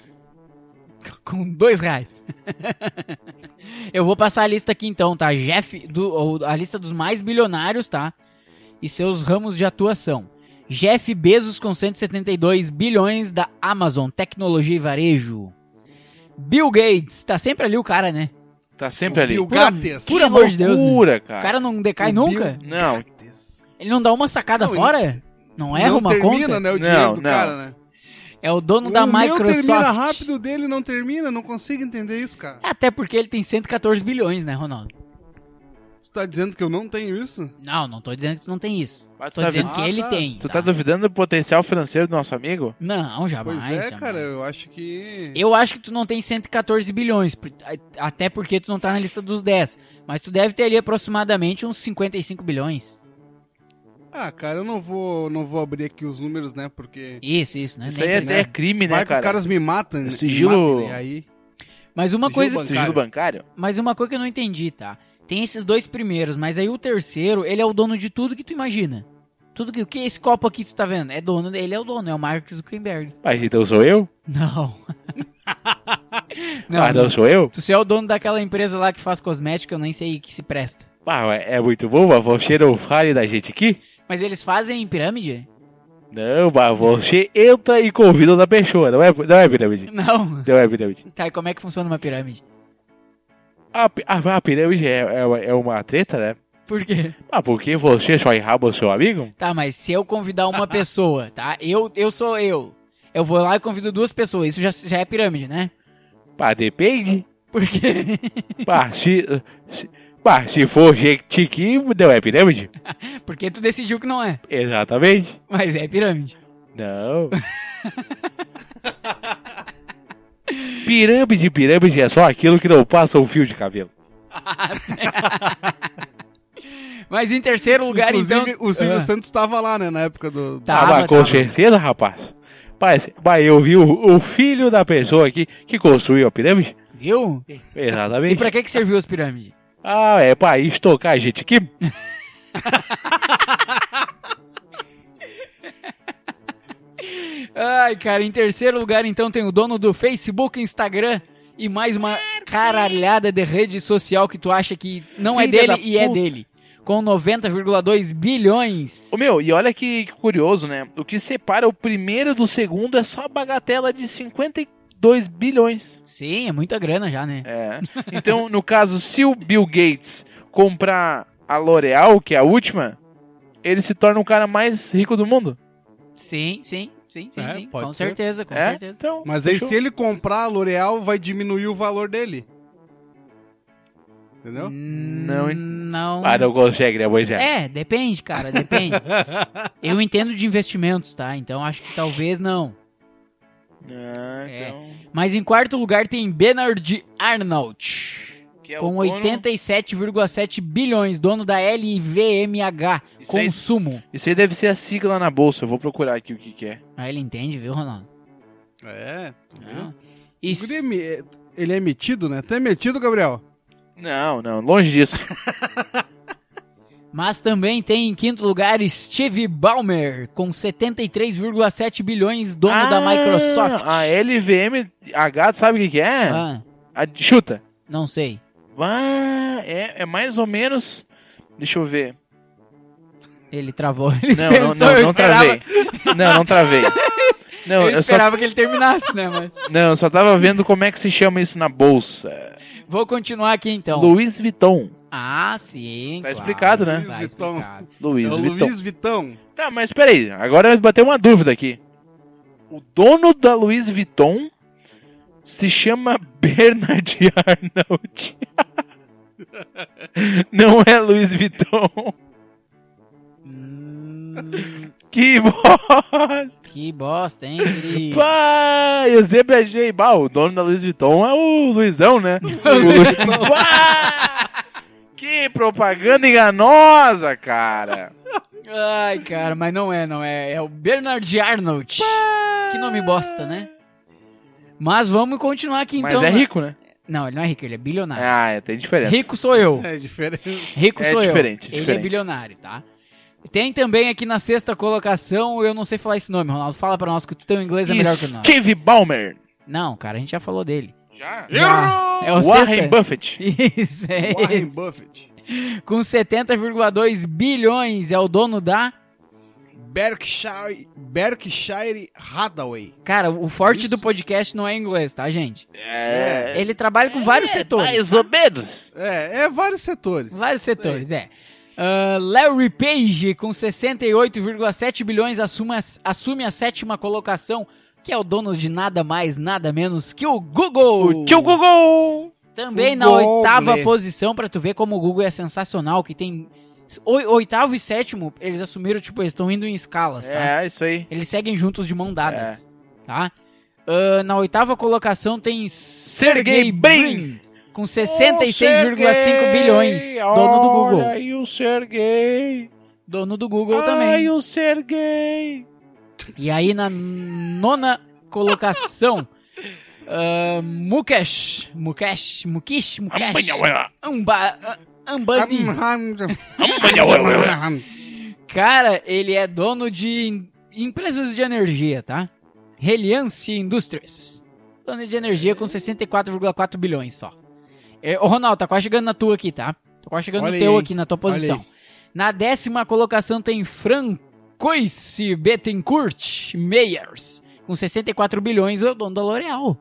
S1: com dois reais. Eu vou passar a lista aqui então, tá? Jeff, do, ou a lista dos mais bilionários, tá? E seus ramos de atuação. Jeff Bezos com 172 bilhões da Amazon, tecnologia e varejo. Bill Gates, tá sempre ali o cara, né?
S2: Tá sempre ali.
S3: Bill
S1: Por am-
S3: Gates.
S1: Por amor de Deus, né?
S2: Loucura, cara.
S1: O cara não decai
S3: O
S1: nunca?
S3: Bill
S2: Não.
S3: Gates.
S1: Ele não dá uma sacada
S3: Não, ele-
S1: fora? Não erra
S3: não
S1: uma
S3: termina,
S1: conta?
S3: né, o
S2: Não,
S3: dinheiro do
S2: não.
S3: cara, né?
S1: É o dono da
S3: o meu termina
S1: Microsoft. É,
S3: rápido, o dele não termina, não consigo entender isso, cara.
S1: Até porque ele tem 114 bilhões, né, Ronaldo?
S3: Você tá dizendo que eu não tenho isso?
S1: Não, não tô dizendo que tu não tem isso.
S2: Mas tu
S1: tô
S2: tá
S1: dizendo
S3: vendo-
S1: que
S3: Ah,
S1: ele
S3: tá.
S1: tem.
S2: Tu
S1: tá?
S2: tá duvidando do potencial financeiro do nosso amigo?
S1: Não, jamais.
S3: pois é,
S1: jamais.
S3: cara, eu acho que...
S1: Eu acho que tu não tem 114 bilhões, por- a- até porque tu não tá na lista dos 10. Mas tu deve ter ali aproximadamente uns 55 bilhões.
S3: Ah, cara, eu não vou, não vou abrir aqui os números, né, porque...
S1: Isso, isso, né?
S2: Isso
S1: Nem
S2: aí até
S1: precisa.
S2: é crime,
S3: Vai
S2: né,
S3: que os
S2: cara?
S3: caras me matam, né?
S2: Sigilo-
S3: Me matam, e aí...
S1: Mas uma
S3: Sigilo
S1: coisa,
S3: bancário.
S2: Sigilo bancário?
S1: mas uma coisa que eu não entendi, tá? Tem esses dois primeiros, mas aí o terceiro, ele é o dono de tudo que tu imagina. Tudo que o que esse copo aqui que tu tá vendo, é dono, ele é o dono, é o Mark Zuckerberg.
S2: Mas então sou eu?
S1: Não.
S2: ah, não sou eu?
S1: Tu se é o dono daquela empresa lá que faz cosmético, eu nem sei que se presta.
S2: Ah, ué, é muito bom, mas você não fale da gente aqui?
S1: Mas eles fazem em pirâmide?
S2: Não, mas você entra e convida outra pessoa, não é, não é pirâmide.
S1: Não.
S2: Não é pirâmide.
S1: Tá, e como é que funciona uma pirâmide?
S2: A, pi- a- a pirâmide é, é uma- é uma treta, né?
S1: Por quê?
S2: Ah, porque você só enraba o seu amigo?
S1: Tá, mas se eu convidar uma pessoa, tá? Eu, eu sou eu. Eu vou lá e convido duas pessoas. Isso já, já é pirâmide, né?
S2: Pá, depende.
S1: Por quê?
S2: Pá, se, se, pá, se for gente que não é pirâmide?
S1: Porque tu decidiu que não é.
S2: Exatamente.
S1: Mas é pirâmide.
S2: Não. pirâmide, pirâmide é só aquilo que não passa um fio de cabelo.
S1: Mas em terceiro lugar,
S3: Inclusive,
S1: então.
S3: o Silvio
S1: Ah.
S3: Santos estava lá, né, na época do...
S1: Tá. Tava,
S2: ah, mas com
S1: tava.
S2: certeza, rapaz. Mas, mas eu vi o, o filho da pessoa aqui que construiu a pirâmide.
S1: Viu? Ah. E
S2: Exatamente.
S1: pra que que serviu as pirâmides?
S2: Ah, é pra estocar a gente aqui.
S1: Ai, cara, em terceiro lugar, então, tem o dono do Facebook, Instagram e mais uma caralhada de rede social que tu acha que não é
S2: Filha
S1: dele
S2: da
S1: e é
S2: puta.
S1: dele. Com 90,2 bilhões.
S2: Ô, meu, e olha que, que curioso, né? O que separa o primeiro do segundo é só a bagatela de 52 bilhões.
S1: Sim, é muita grana já, né?
S2: É. Então, no caso, se o Bill Gates comprar a L'Oreal, que é a última, ele se torna o cara mais rico do mundo.
S1: Sim, sim, sim, sim.
S3: É,
S1: sim.
S3: pode
S1: Com
S3: ser.
S1: certeza, com
S2: é?
S1: certeza.
S2: Então,
S3: Mas aí,
S2: fechou.
S3: se ele comprar a L'Oreal, vai diminuir o valor dele.
S1: Hum.
S3: Entendeu?
S1: Não,
S2: hein?
S1: não.
S2: Ah, não consegue, né, Moisés?
S1: É, depende, cara, depende. Eu entendo de investimentos, tá? Então acho que talvez não.
S2: Ah,
S1: É.
S2: então...
S1: Mas em quarto lugar tem Bernard Arnault.
S2: que é o
S1: com
S2: dono-
S1: 87,7 bilhões, dono da LVMH
S2: Isso aí-
S1: Consumo.
S2: Isso aí deve ser a sigla na bolsa, eu vou procurar aqui o que que é.
S1: Ah, ele entende, viu, Ronaldo?
S3: É, tu viu?
S1: Não.
S3: O
S1: Isso.
S3: guri é me- Ele é metido, né? Tu é metido, Gabriel?
S2: Não, não, longe disso.
S1: Mas também tem em quinto lugar Steve Ballmer, com 73,7 bilhões, dono da Microsoft.
S2: Ah, A LVMH, sabe o que que é?
S1: Ah,
S2: A- chuta.
S1: não sei.
S2: Ah, é, é mais ou menos. Deixa eu ver.
S1: Ele travou. Ele
S2: Não, não,
S1: pensou,
S2: não,
S1: eu
S2: não
S1: esperava,
S2: travei. Não, não travei. Não,
S1: eu
S2: eu só,
S1: esperava que ele terminasse, né? Mas
S2: não, eu só tava vendo como é que se chama isso na bolsa.
S1: vou continuar aqui então.
S2: Luiz Vuitton.
S1: Ah, sim.
S2: Tá explicado, né?
S1: Tá
S3: Luiz Vitão.
S1: explicado.
S2: Luiz
S3: é o
S2: Vuitton.
S3: Luiz Vitão.
S2: Tá, mas peraí, agora bateu uma dúvida aqui. O dono da Louis Vuitton se chama Bernard Arnault. Não é Louis Vuitton.
S1: Hum,
S2: Que bosta!
S1: que bosta, hein, querido?
S2: Pá, eu sempre achei, bah, o dono da Louis Vuitton é o Luizão, né? O Luiz- Pá! que propaganda enganosa, cara!
S1: Ai, cara, mas não é, não é. É o Bernard Arnold. Que nome bosta, né? Mas vamos continuar aqui então.
S2: Mas é rico, né?
S1: Não, ele não é rico, ele é bilionário.
S2: Ah, é, tem diferença.
S1: rico sou eu.
S3: É diferente.
S1: Rico
S2: É
S1: sou
S2: diferente,
S1: eu. Ele é
S2: diferente.
S1: bilionário, tá? Tem também aqui na sexta colocação, eu não sei falar esse nome, Ronaldo. Fala pra nós que tu tem o inglês é melhor que o nosso.
S2: Steve Ballmer.
S1: Não, cara, a gente já falou dele.
S2: Já?
S1: Já. É o
S2: Warren
S1: sexta.
S2: Buffett.
S1: Isso, é
S3: Warren
S1: esse.
S3: Buffett.
S1: Com 70,2 bilhões, é o dono da...
S3: Berkshire, Berkshire Hathaway.
S1: Cara, o forte
S3: Isso.
S1: do podcast não é inglês, tá, gente?
S2: É.
S1: Ele trabalha com vários setores. tá?
S2: Mais ou menos.
S3: É, é vários setores.
S1: Vários setores, é. Ah, Larry Page, com 68,7 bilhões, assume a, assume a sétima colocação, que é o dono de nada mais, nada menos que o Google.
S2: O né? tio Google.
S1: Também
S3: O
S1: na
S3: Google.
S1: oitava posição, pra tu ver como o Google é sensacional, que tem... oi- Oitavo e sétimo, eles assumiram, tipo, eles estão indo em escalas, tá?
S2: É, isso aí.
S1: Eles seguem juntos de mão dadas, tá? Ah, na oitava colocação tem Sergey
S2: Sergey
S1: Brin,
S2: Brin.
S1: com 66,5 bilhões, dono do Google.
S2: E o Sergey.
S1: Dono do Google também.
S2: o Sergey.
S1: E aí na nona colocação, ah, Mukesh, Mukesh, Mukish, Mukesh,
S2: é-
S1: Amba, ah,
S3: Hum,
S1: Ambani. Cara, ele é dono de em- empresas de energia, tá? Reliance Industries. Dono de energia com 64,4 bilhões só. É, Ô, Ronaldo, tá quase chegando na tua aqui, tá? Tá quase chegando
S3: Olha
S1: no teu
S3: aí,
S1: aqui, na tua posição. Na décima colocação tem Francoice Bettencourt Meyers. Com 64 bilhões, é o dono da L'Oréal.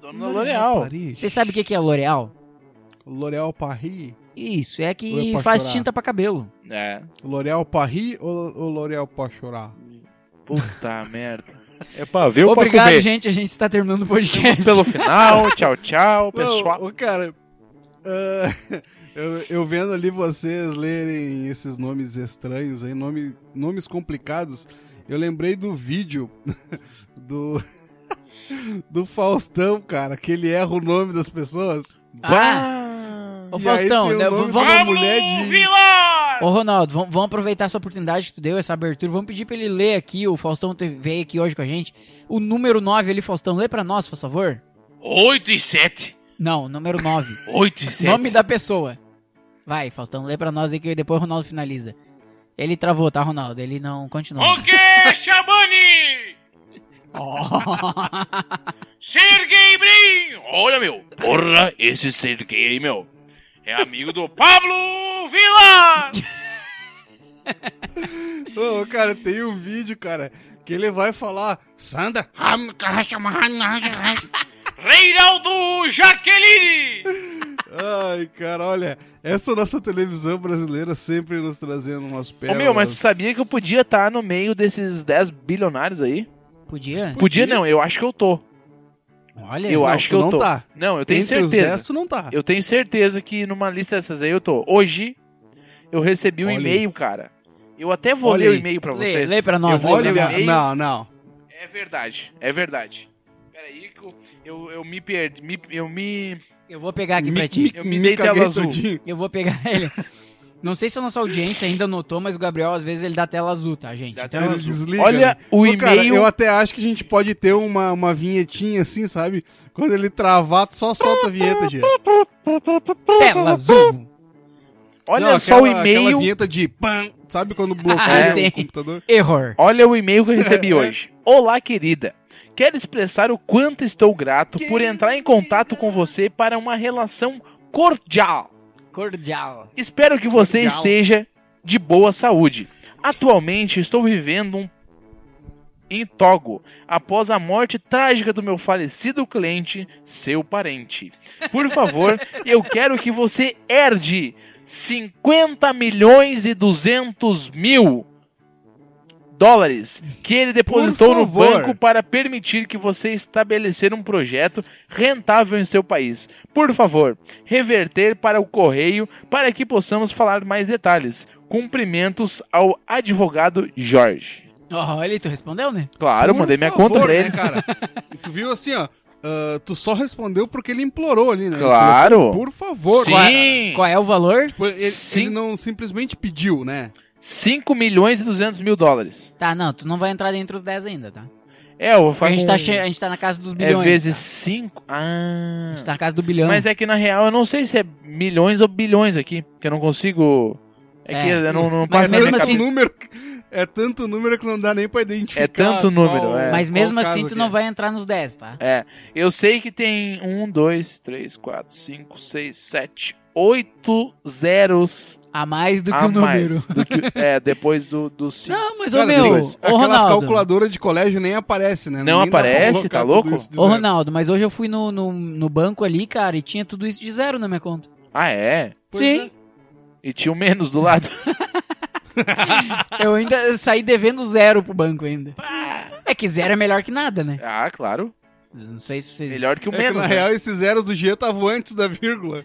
S2: Dono da L'Oreal.
S3: Paris.
S1: Você sabe o que que é a L'Oréal?
S3: L'Oréal Paris.
S1: Isso, é a
S3: Ou é
S1: que
S3: pra
S1: faz
S3: chorar?
S1: tinta pra cabelo.
S2: É.
S3: L'Oréal Paris ou, ou L'Oréal pra chorar?
S2: Puta merda. É pra ver ou pra
S1: Obrigado,
S2: comer.
S1: gente. A gente está terminando o podcast.
S2: Pelo final, tchau, tchau, pessoal.
S3: Ô, ô, cara, ah, eu, eu vendo ali vocês lerem esses nomes estranhos aí, nome, nomes complicados, eu lembrei do vídeo do, do Faustão, cara, que ele erra o nome das pessoas.
S1: Ah,
S2: Bah.
S1: Ô
S3: Ah. E aí
S1: Faustão,
S3: tem o
S1: né,
S3: nome
S1: vamos.
S3: da mulher de-
S4: Vila!
S1: Ô, Ronaldo, vamos, vamos aproveitar essa oportunidade que tu deu, essa abertura. Vamos pedir pra ele ler aqui, o Faustão te- veio aqui hoje com a gente. O número 9 ali, Faustão, lê pra nós, por favor.
S2: 8 e 7.
S1: Não, número 9.
S2: 8 e 7.
S1: Nome da pessoa. Vai, Faustão, lê pra nós aí que depois o Ronaldo finaliza. Ele travou, tá, Ronaldo? Ele não continua.
S2: O que, Xamani?
S3: Oh!
S2: Sergei Brin! Olha, meu. Porra, esse Sergei aí, meu. É amigo do Pablo Vila!
S3: Ô, cara, tem um vídeo, cara, que ele vai falar Sandra.
S2: Reinaldo Jaqueline!
S3: Ai, cara, olha, essa nossa televisão brasileira sempre nos trazendo umas
S2: Ô,
S3: pérolas.
S2: meu, mas tu sabia que eu podia estar no meio desses 10 bilionários aí?
S1: Podia?
S2: Podia não, eu acho que eu tô.
S1: Olha,
S2: Eu
S3: É, Não,
S2: acho
S3: tu
S2: que eu
S3: não
S2: tô.
S3: tá.
S2: Não, eu tenho
S3: Entre os
S2: certeza.
S3: 10, tu não tá.
S2: Eu tenho certeza que numa lista dessas aí eu tô. Hoje eu recebi um
S3: Olha aí.
S2: e-mail, cara. Eu até vou
S3: Olha
S2: ler o
S3: aí.
S2: e-mail pra
S1: Lê,
S2: vocês.
S1: lê pra nós,
S2: Eu vou
S1: lê
S2: ler
S1: pra
S2: o
S3: Olha,
S2: e-mail.
S3: não, não.
S2: É verdade, é verdade. Peraí, que eu, eu, eu me perdi. me- eu me.
S1: eu vou pegar aqui
S3: Me-
S1: pra ti.
S2: Eu me dei
S3: caguei
S2: tela azul.
S3: todinho.
S1: Eu vou pegar ele. Não sei se a nossa audiência ainda notou, mas o Gabriel às vezes ele dá tela azul, tá, gente?
S2: Dá
S1: Então,
S2: tela
S3: Ele
S2: azul.
S3: desliga,
S2: Olha
S3: né?
S2: o
S3: Ô, cara,
S2: e-mail.
S3: eu até acho que a gente pode ter uma, uma vinhetinha assim, sabe? Quando ele travar, tu só solta a vinheta, gente.
S1: tela azul.
S2: Olha
S3: Não,
S2: só o
S3: aquela- Aquela
S2: e-mail.
S3: vinheta de pam, sabe quando bloqueia
S1: Ah, sim.
S3: o computador?
S1: Error.
S2: Olha o e-mail que eu recebi hoje. Olá, querida. Quero expressar o quanto estou grato por entrar em contato com você para uma relação cordial.
S1: Cordial.
S2: Espero que você
S3: Legal.
S2: esteja de boa saúde. Atualmente estou vivendo um em Togo, após a morte trágica do meu falecido cliente, seu parente. Por favor, eu quero que você herde 50 milhões e 200 mil dólares que ele depositou no
S3: favor.
S2: banco para permitir que você estabelecer um projeto rentável em seu país. Por favor, reverter para o correio para que possamos falar mais detalhes. Cumprimentos ao advogado Jorge.
S1: Ó, olha, aí, tu respondeu, né?
S2: Claro,
S3: Por
S2: mandei minha
S3: favor,
S2: conta pra
S3: né,
S2: ele.
S3: cara? tu viu assim, ó. ah, tu só respondeu porque ele implorou ali, né?
S2: Claro.
S3: Por favor, cara.
S2: Sim.
S1: Qual é o valor?
S3: Tipo, Ele,
S2: Sim.
S3: ele não simplesmente pediu, né?
S2: 5 milhões e 200 mil dólares.
S1: Tá, não, tu não vai entrar dentro dos 10 ainda, tá?
S2: É, o
S1: Porque a gente tá, che- a
S2: É
S1: gente tá na casa dos bilhões.
S2: vezes
S1: tá?
S2: 5.
S1: A
S2: Ah.
S1: gente tá na casa do bilhão.
S2: Mas é que na real eu não sei se é milhões ou bilhões aqui. Porque eu não consigo. É,
S1: É.
S2: que eu não, não
S1: Mas
S2: passa na minha
S1: mesmo
S2: cabeça.
S3: tanto
S1: assim-
S3: número, é tanto número que não dá nem pra identificar.
S2: É tanto número, é.
S1: Mas mesmo
S3: qual caso
S1: assim, tu
S3: que
S1: não
S3: é.
S1: vai entrar nos 10, tá?
S2: É, eu sei que tem um, dois, três, quatro, cinco, seis, sete, oito zeros
S1: A mais do que
S2: a
S1: o número.
S2: mais. Do que, é, depois do, do cinco.
S1: Não, mas ô
S3: Cara,
S1: meu,
S3: depois,
S1: ô
S3: aquelas
S1: Ronaldo.
S3: calculadoras de colégio nem aparece, né?
S2: Não
S3: Nem dá pra
S2: aparece, tá
S3: colocar
S2: louco?
S3: tudo isso de
S1: Ô
S3: zero.
S1: Ronaldo, mas hoje eu fui no, no, no banco ali, cara, e tinha tudo isso de zero na minha conta.
S2: Ah, é?
S3: Pois
S1: Sim.
S2: E tinha o menos do lado.
S1: Eu ainda saí devendo zero pro banco ainda. É que zero é melhor que nada, né?
S2: Ah, claro.
S1: Não sei se vocês.
S2: Melhor que o
S3: É que,
S2: menos.
S3: na
S2: né?
S3: real, esses zeros do G estavam antes da vírgula.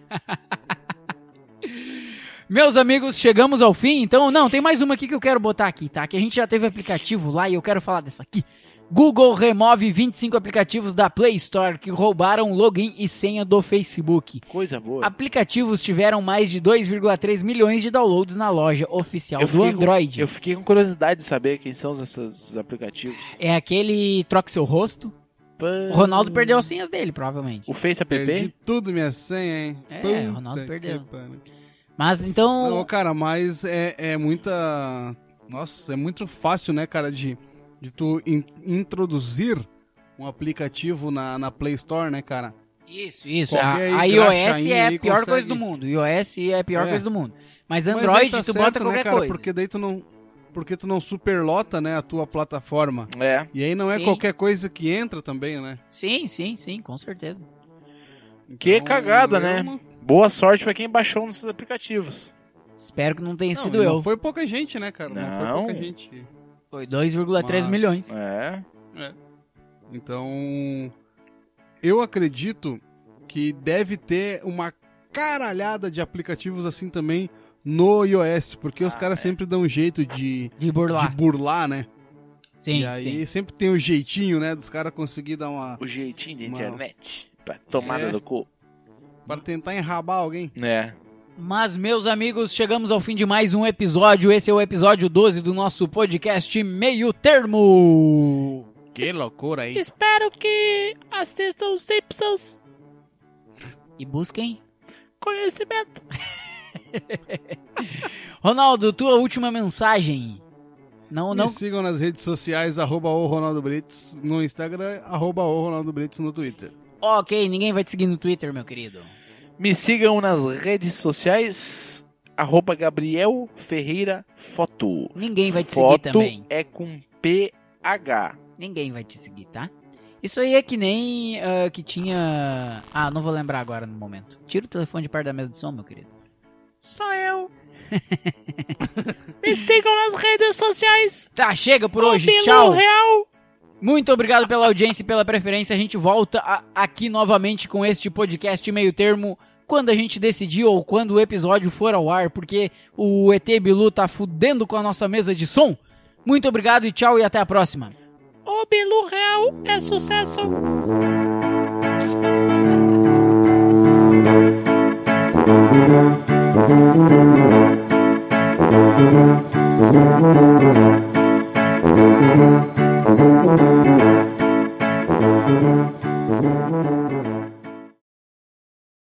S1: Meus amigos, chegamos ao fim, então não, tem mais uma aqui que eu quero botar aqui, tá? Que a gente já teve aplicativo lá e eu quero falar dessa aqui. Google remove 25 aplicativos da Play Store que roubaram login e senha do Facebook.
S2: Coisa boa.
S1: Aplicativos tiveram mais de 2,3 milhões de downloads na loja oficial do Android.
S2: Com, eu fiquei com curiosidade de saber quem são esses aplicativos.
S1: É aquele troca seu rosto.
S2: Pã.
S1: O Ronaldo perdeu as senhas dele, provavelmente.
S2: O Face app?
S3: Perdi tudo minha senha, hein?
S1: É,
S3: Puta
S1: o Ronaldo
S3: que
S1: perdeu.
S3: pariu.
S1: Mas
S3: Não,
S1: então.
S3: cara, mas é, é muita. Nossa, é muito fácil, né, cara, de, de tu in- introduzir um aplicativo na, na Play Store, né, cara?
S1: Isso, isso. A,
S3: Qualquer
S1: a iOS
S3: graxainha
S1: é a
S3: aí
S1: pior
S3: consegue.
S1: coisa do mundo. iOS é a pior
S3: É.
S1: coisa do mundo. Mas
S3: Mas
S1: Android,
S3: aí tá
S1: tu
S3: certo,
S1: bota qualquer
S3: né, cara?
S1: coisa.
S3: Porque daí tu não. Porque tu não superlota, né, a tua plataforma.
S2: É.
S3: E aí não é
S1: Sim.
S3: qualquer coisa que entra também, né?
S1: Sim, sim, sim, com certeza.
S2: Que
S3: Então,
S2: cagada,
S3: eu
S2: né?
S3: não-
S2: Boa sorte pra quem baixou nos aplicativos.
S1: Espero que não tenha
S3: Não,
S1: sido
S3: e não
S1: eu.
S3: foi pouca gente, né, cara? Não, foi
S2: Não.
S3: pouca gente. que-
S1: Foi 2,3
S3: Mas-
S1: milhões.
S2: É.
S3: Então, eu acredito que deve ter uma caralhada de aplicativos assim também no iOS, porque os
S2: Ah,
S3: caras
S2: é.
S3: sempre dão um jeito de,
S1: De burlar.
S3: de burlar, né?
S1: Sim,
S3: e aí
S1: sim.
S3: sempre tem o jeitinho, né, dos caras conseguir dar uma
S2: O jeitinho da
S3: Uma-
S2: internet. Pra tomada
S3: É.
S2: do cu.
S3: para tentar enrabar alguém.
S2: É.
S1: Mas, meus amigos, chegamos ao fim de mais um episódio. Esse é o episódio 12 do nosso podcast Meio Termo.
S5: Que loucura, hein?
S4: Espero que assistam os Simpsons
S1: E busquem.
S4: Conhecimento.
S1: Ronaldo, tua última mensagem. Não, não.
S3: Me sigam nas redes sociais, arroba o Ronaldo Brits no Instagram, arroba o Ronaldo Brits no Twitter.
S1: Ok, ninguém vai te seguir no Twitter, meu querido.
S2: Me sigam nas redes sociais, arroba Gabriel Ferreira Foto.
S1: Ninguém vai te seguir
S2: Foto
S1: também.
S2: é com PH.
S1: Ninguém vai te seguir, tá? Isso aí é que nem ah, que tinha. Ah, não vou lembrar agora no momento. Tira o telefone de perto da mesa de som, meu querido.
S4: Sou eu. Me sigam nas redes sociais.
S1: Tá, chega por hoje.
S4: Bilu
S1: Tchau.
S4: Real.
S1: Muito obrigado pela audiência e pela preferência. A gente volta a- aqui novamente com este podcast meio termo quando a gente decidir ou quando o episódio for ao ar, porque o ET Bilu tá fudendo com a nossa mesa de som. Muito obrigado e tchau e até a próxima.
S4: O Bilu Real é sucesso.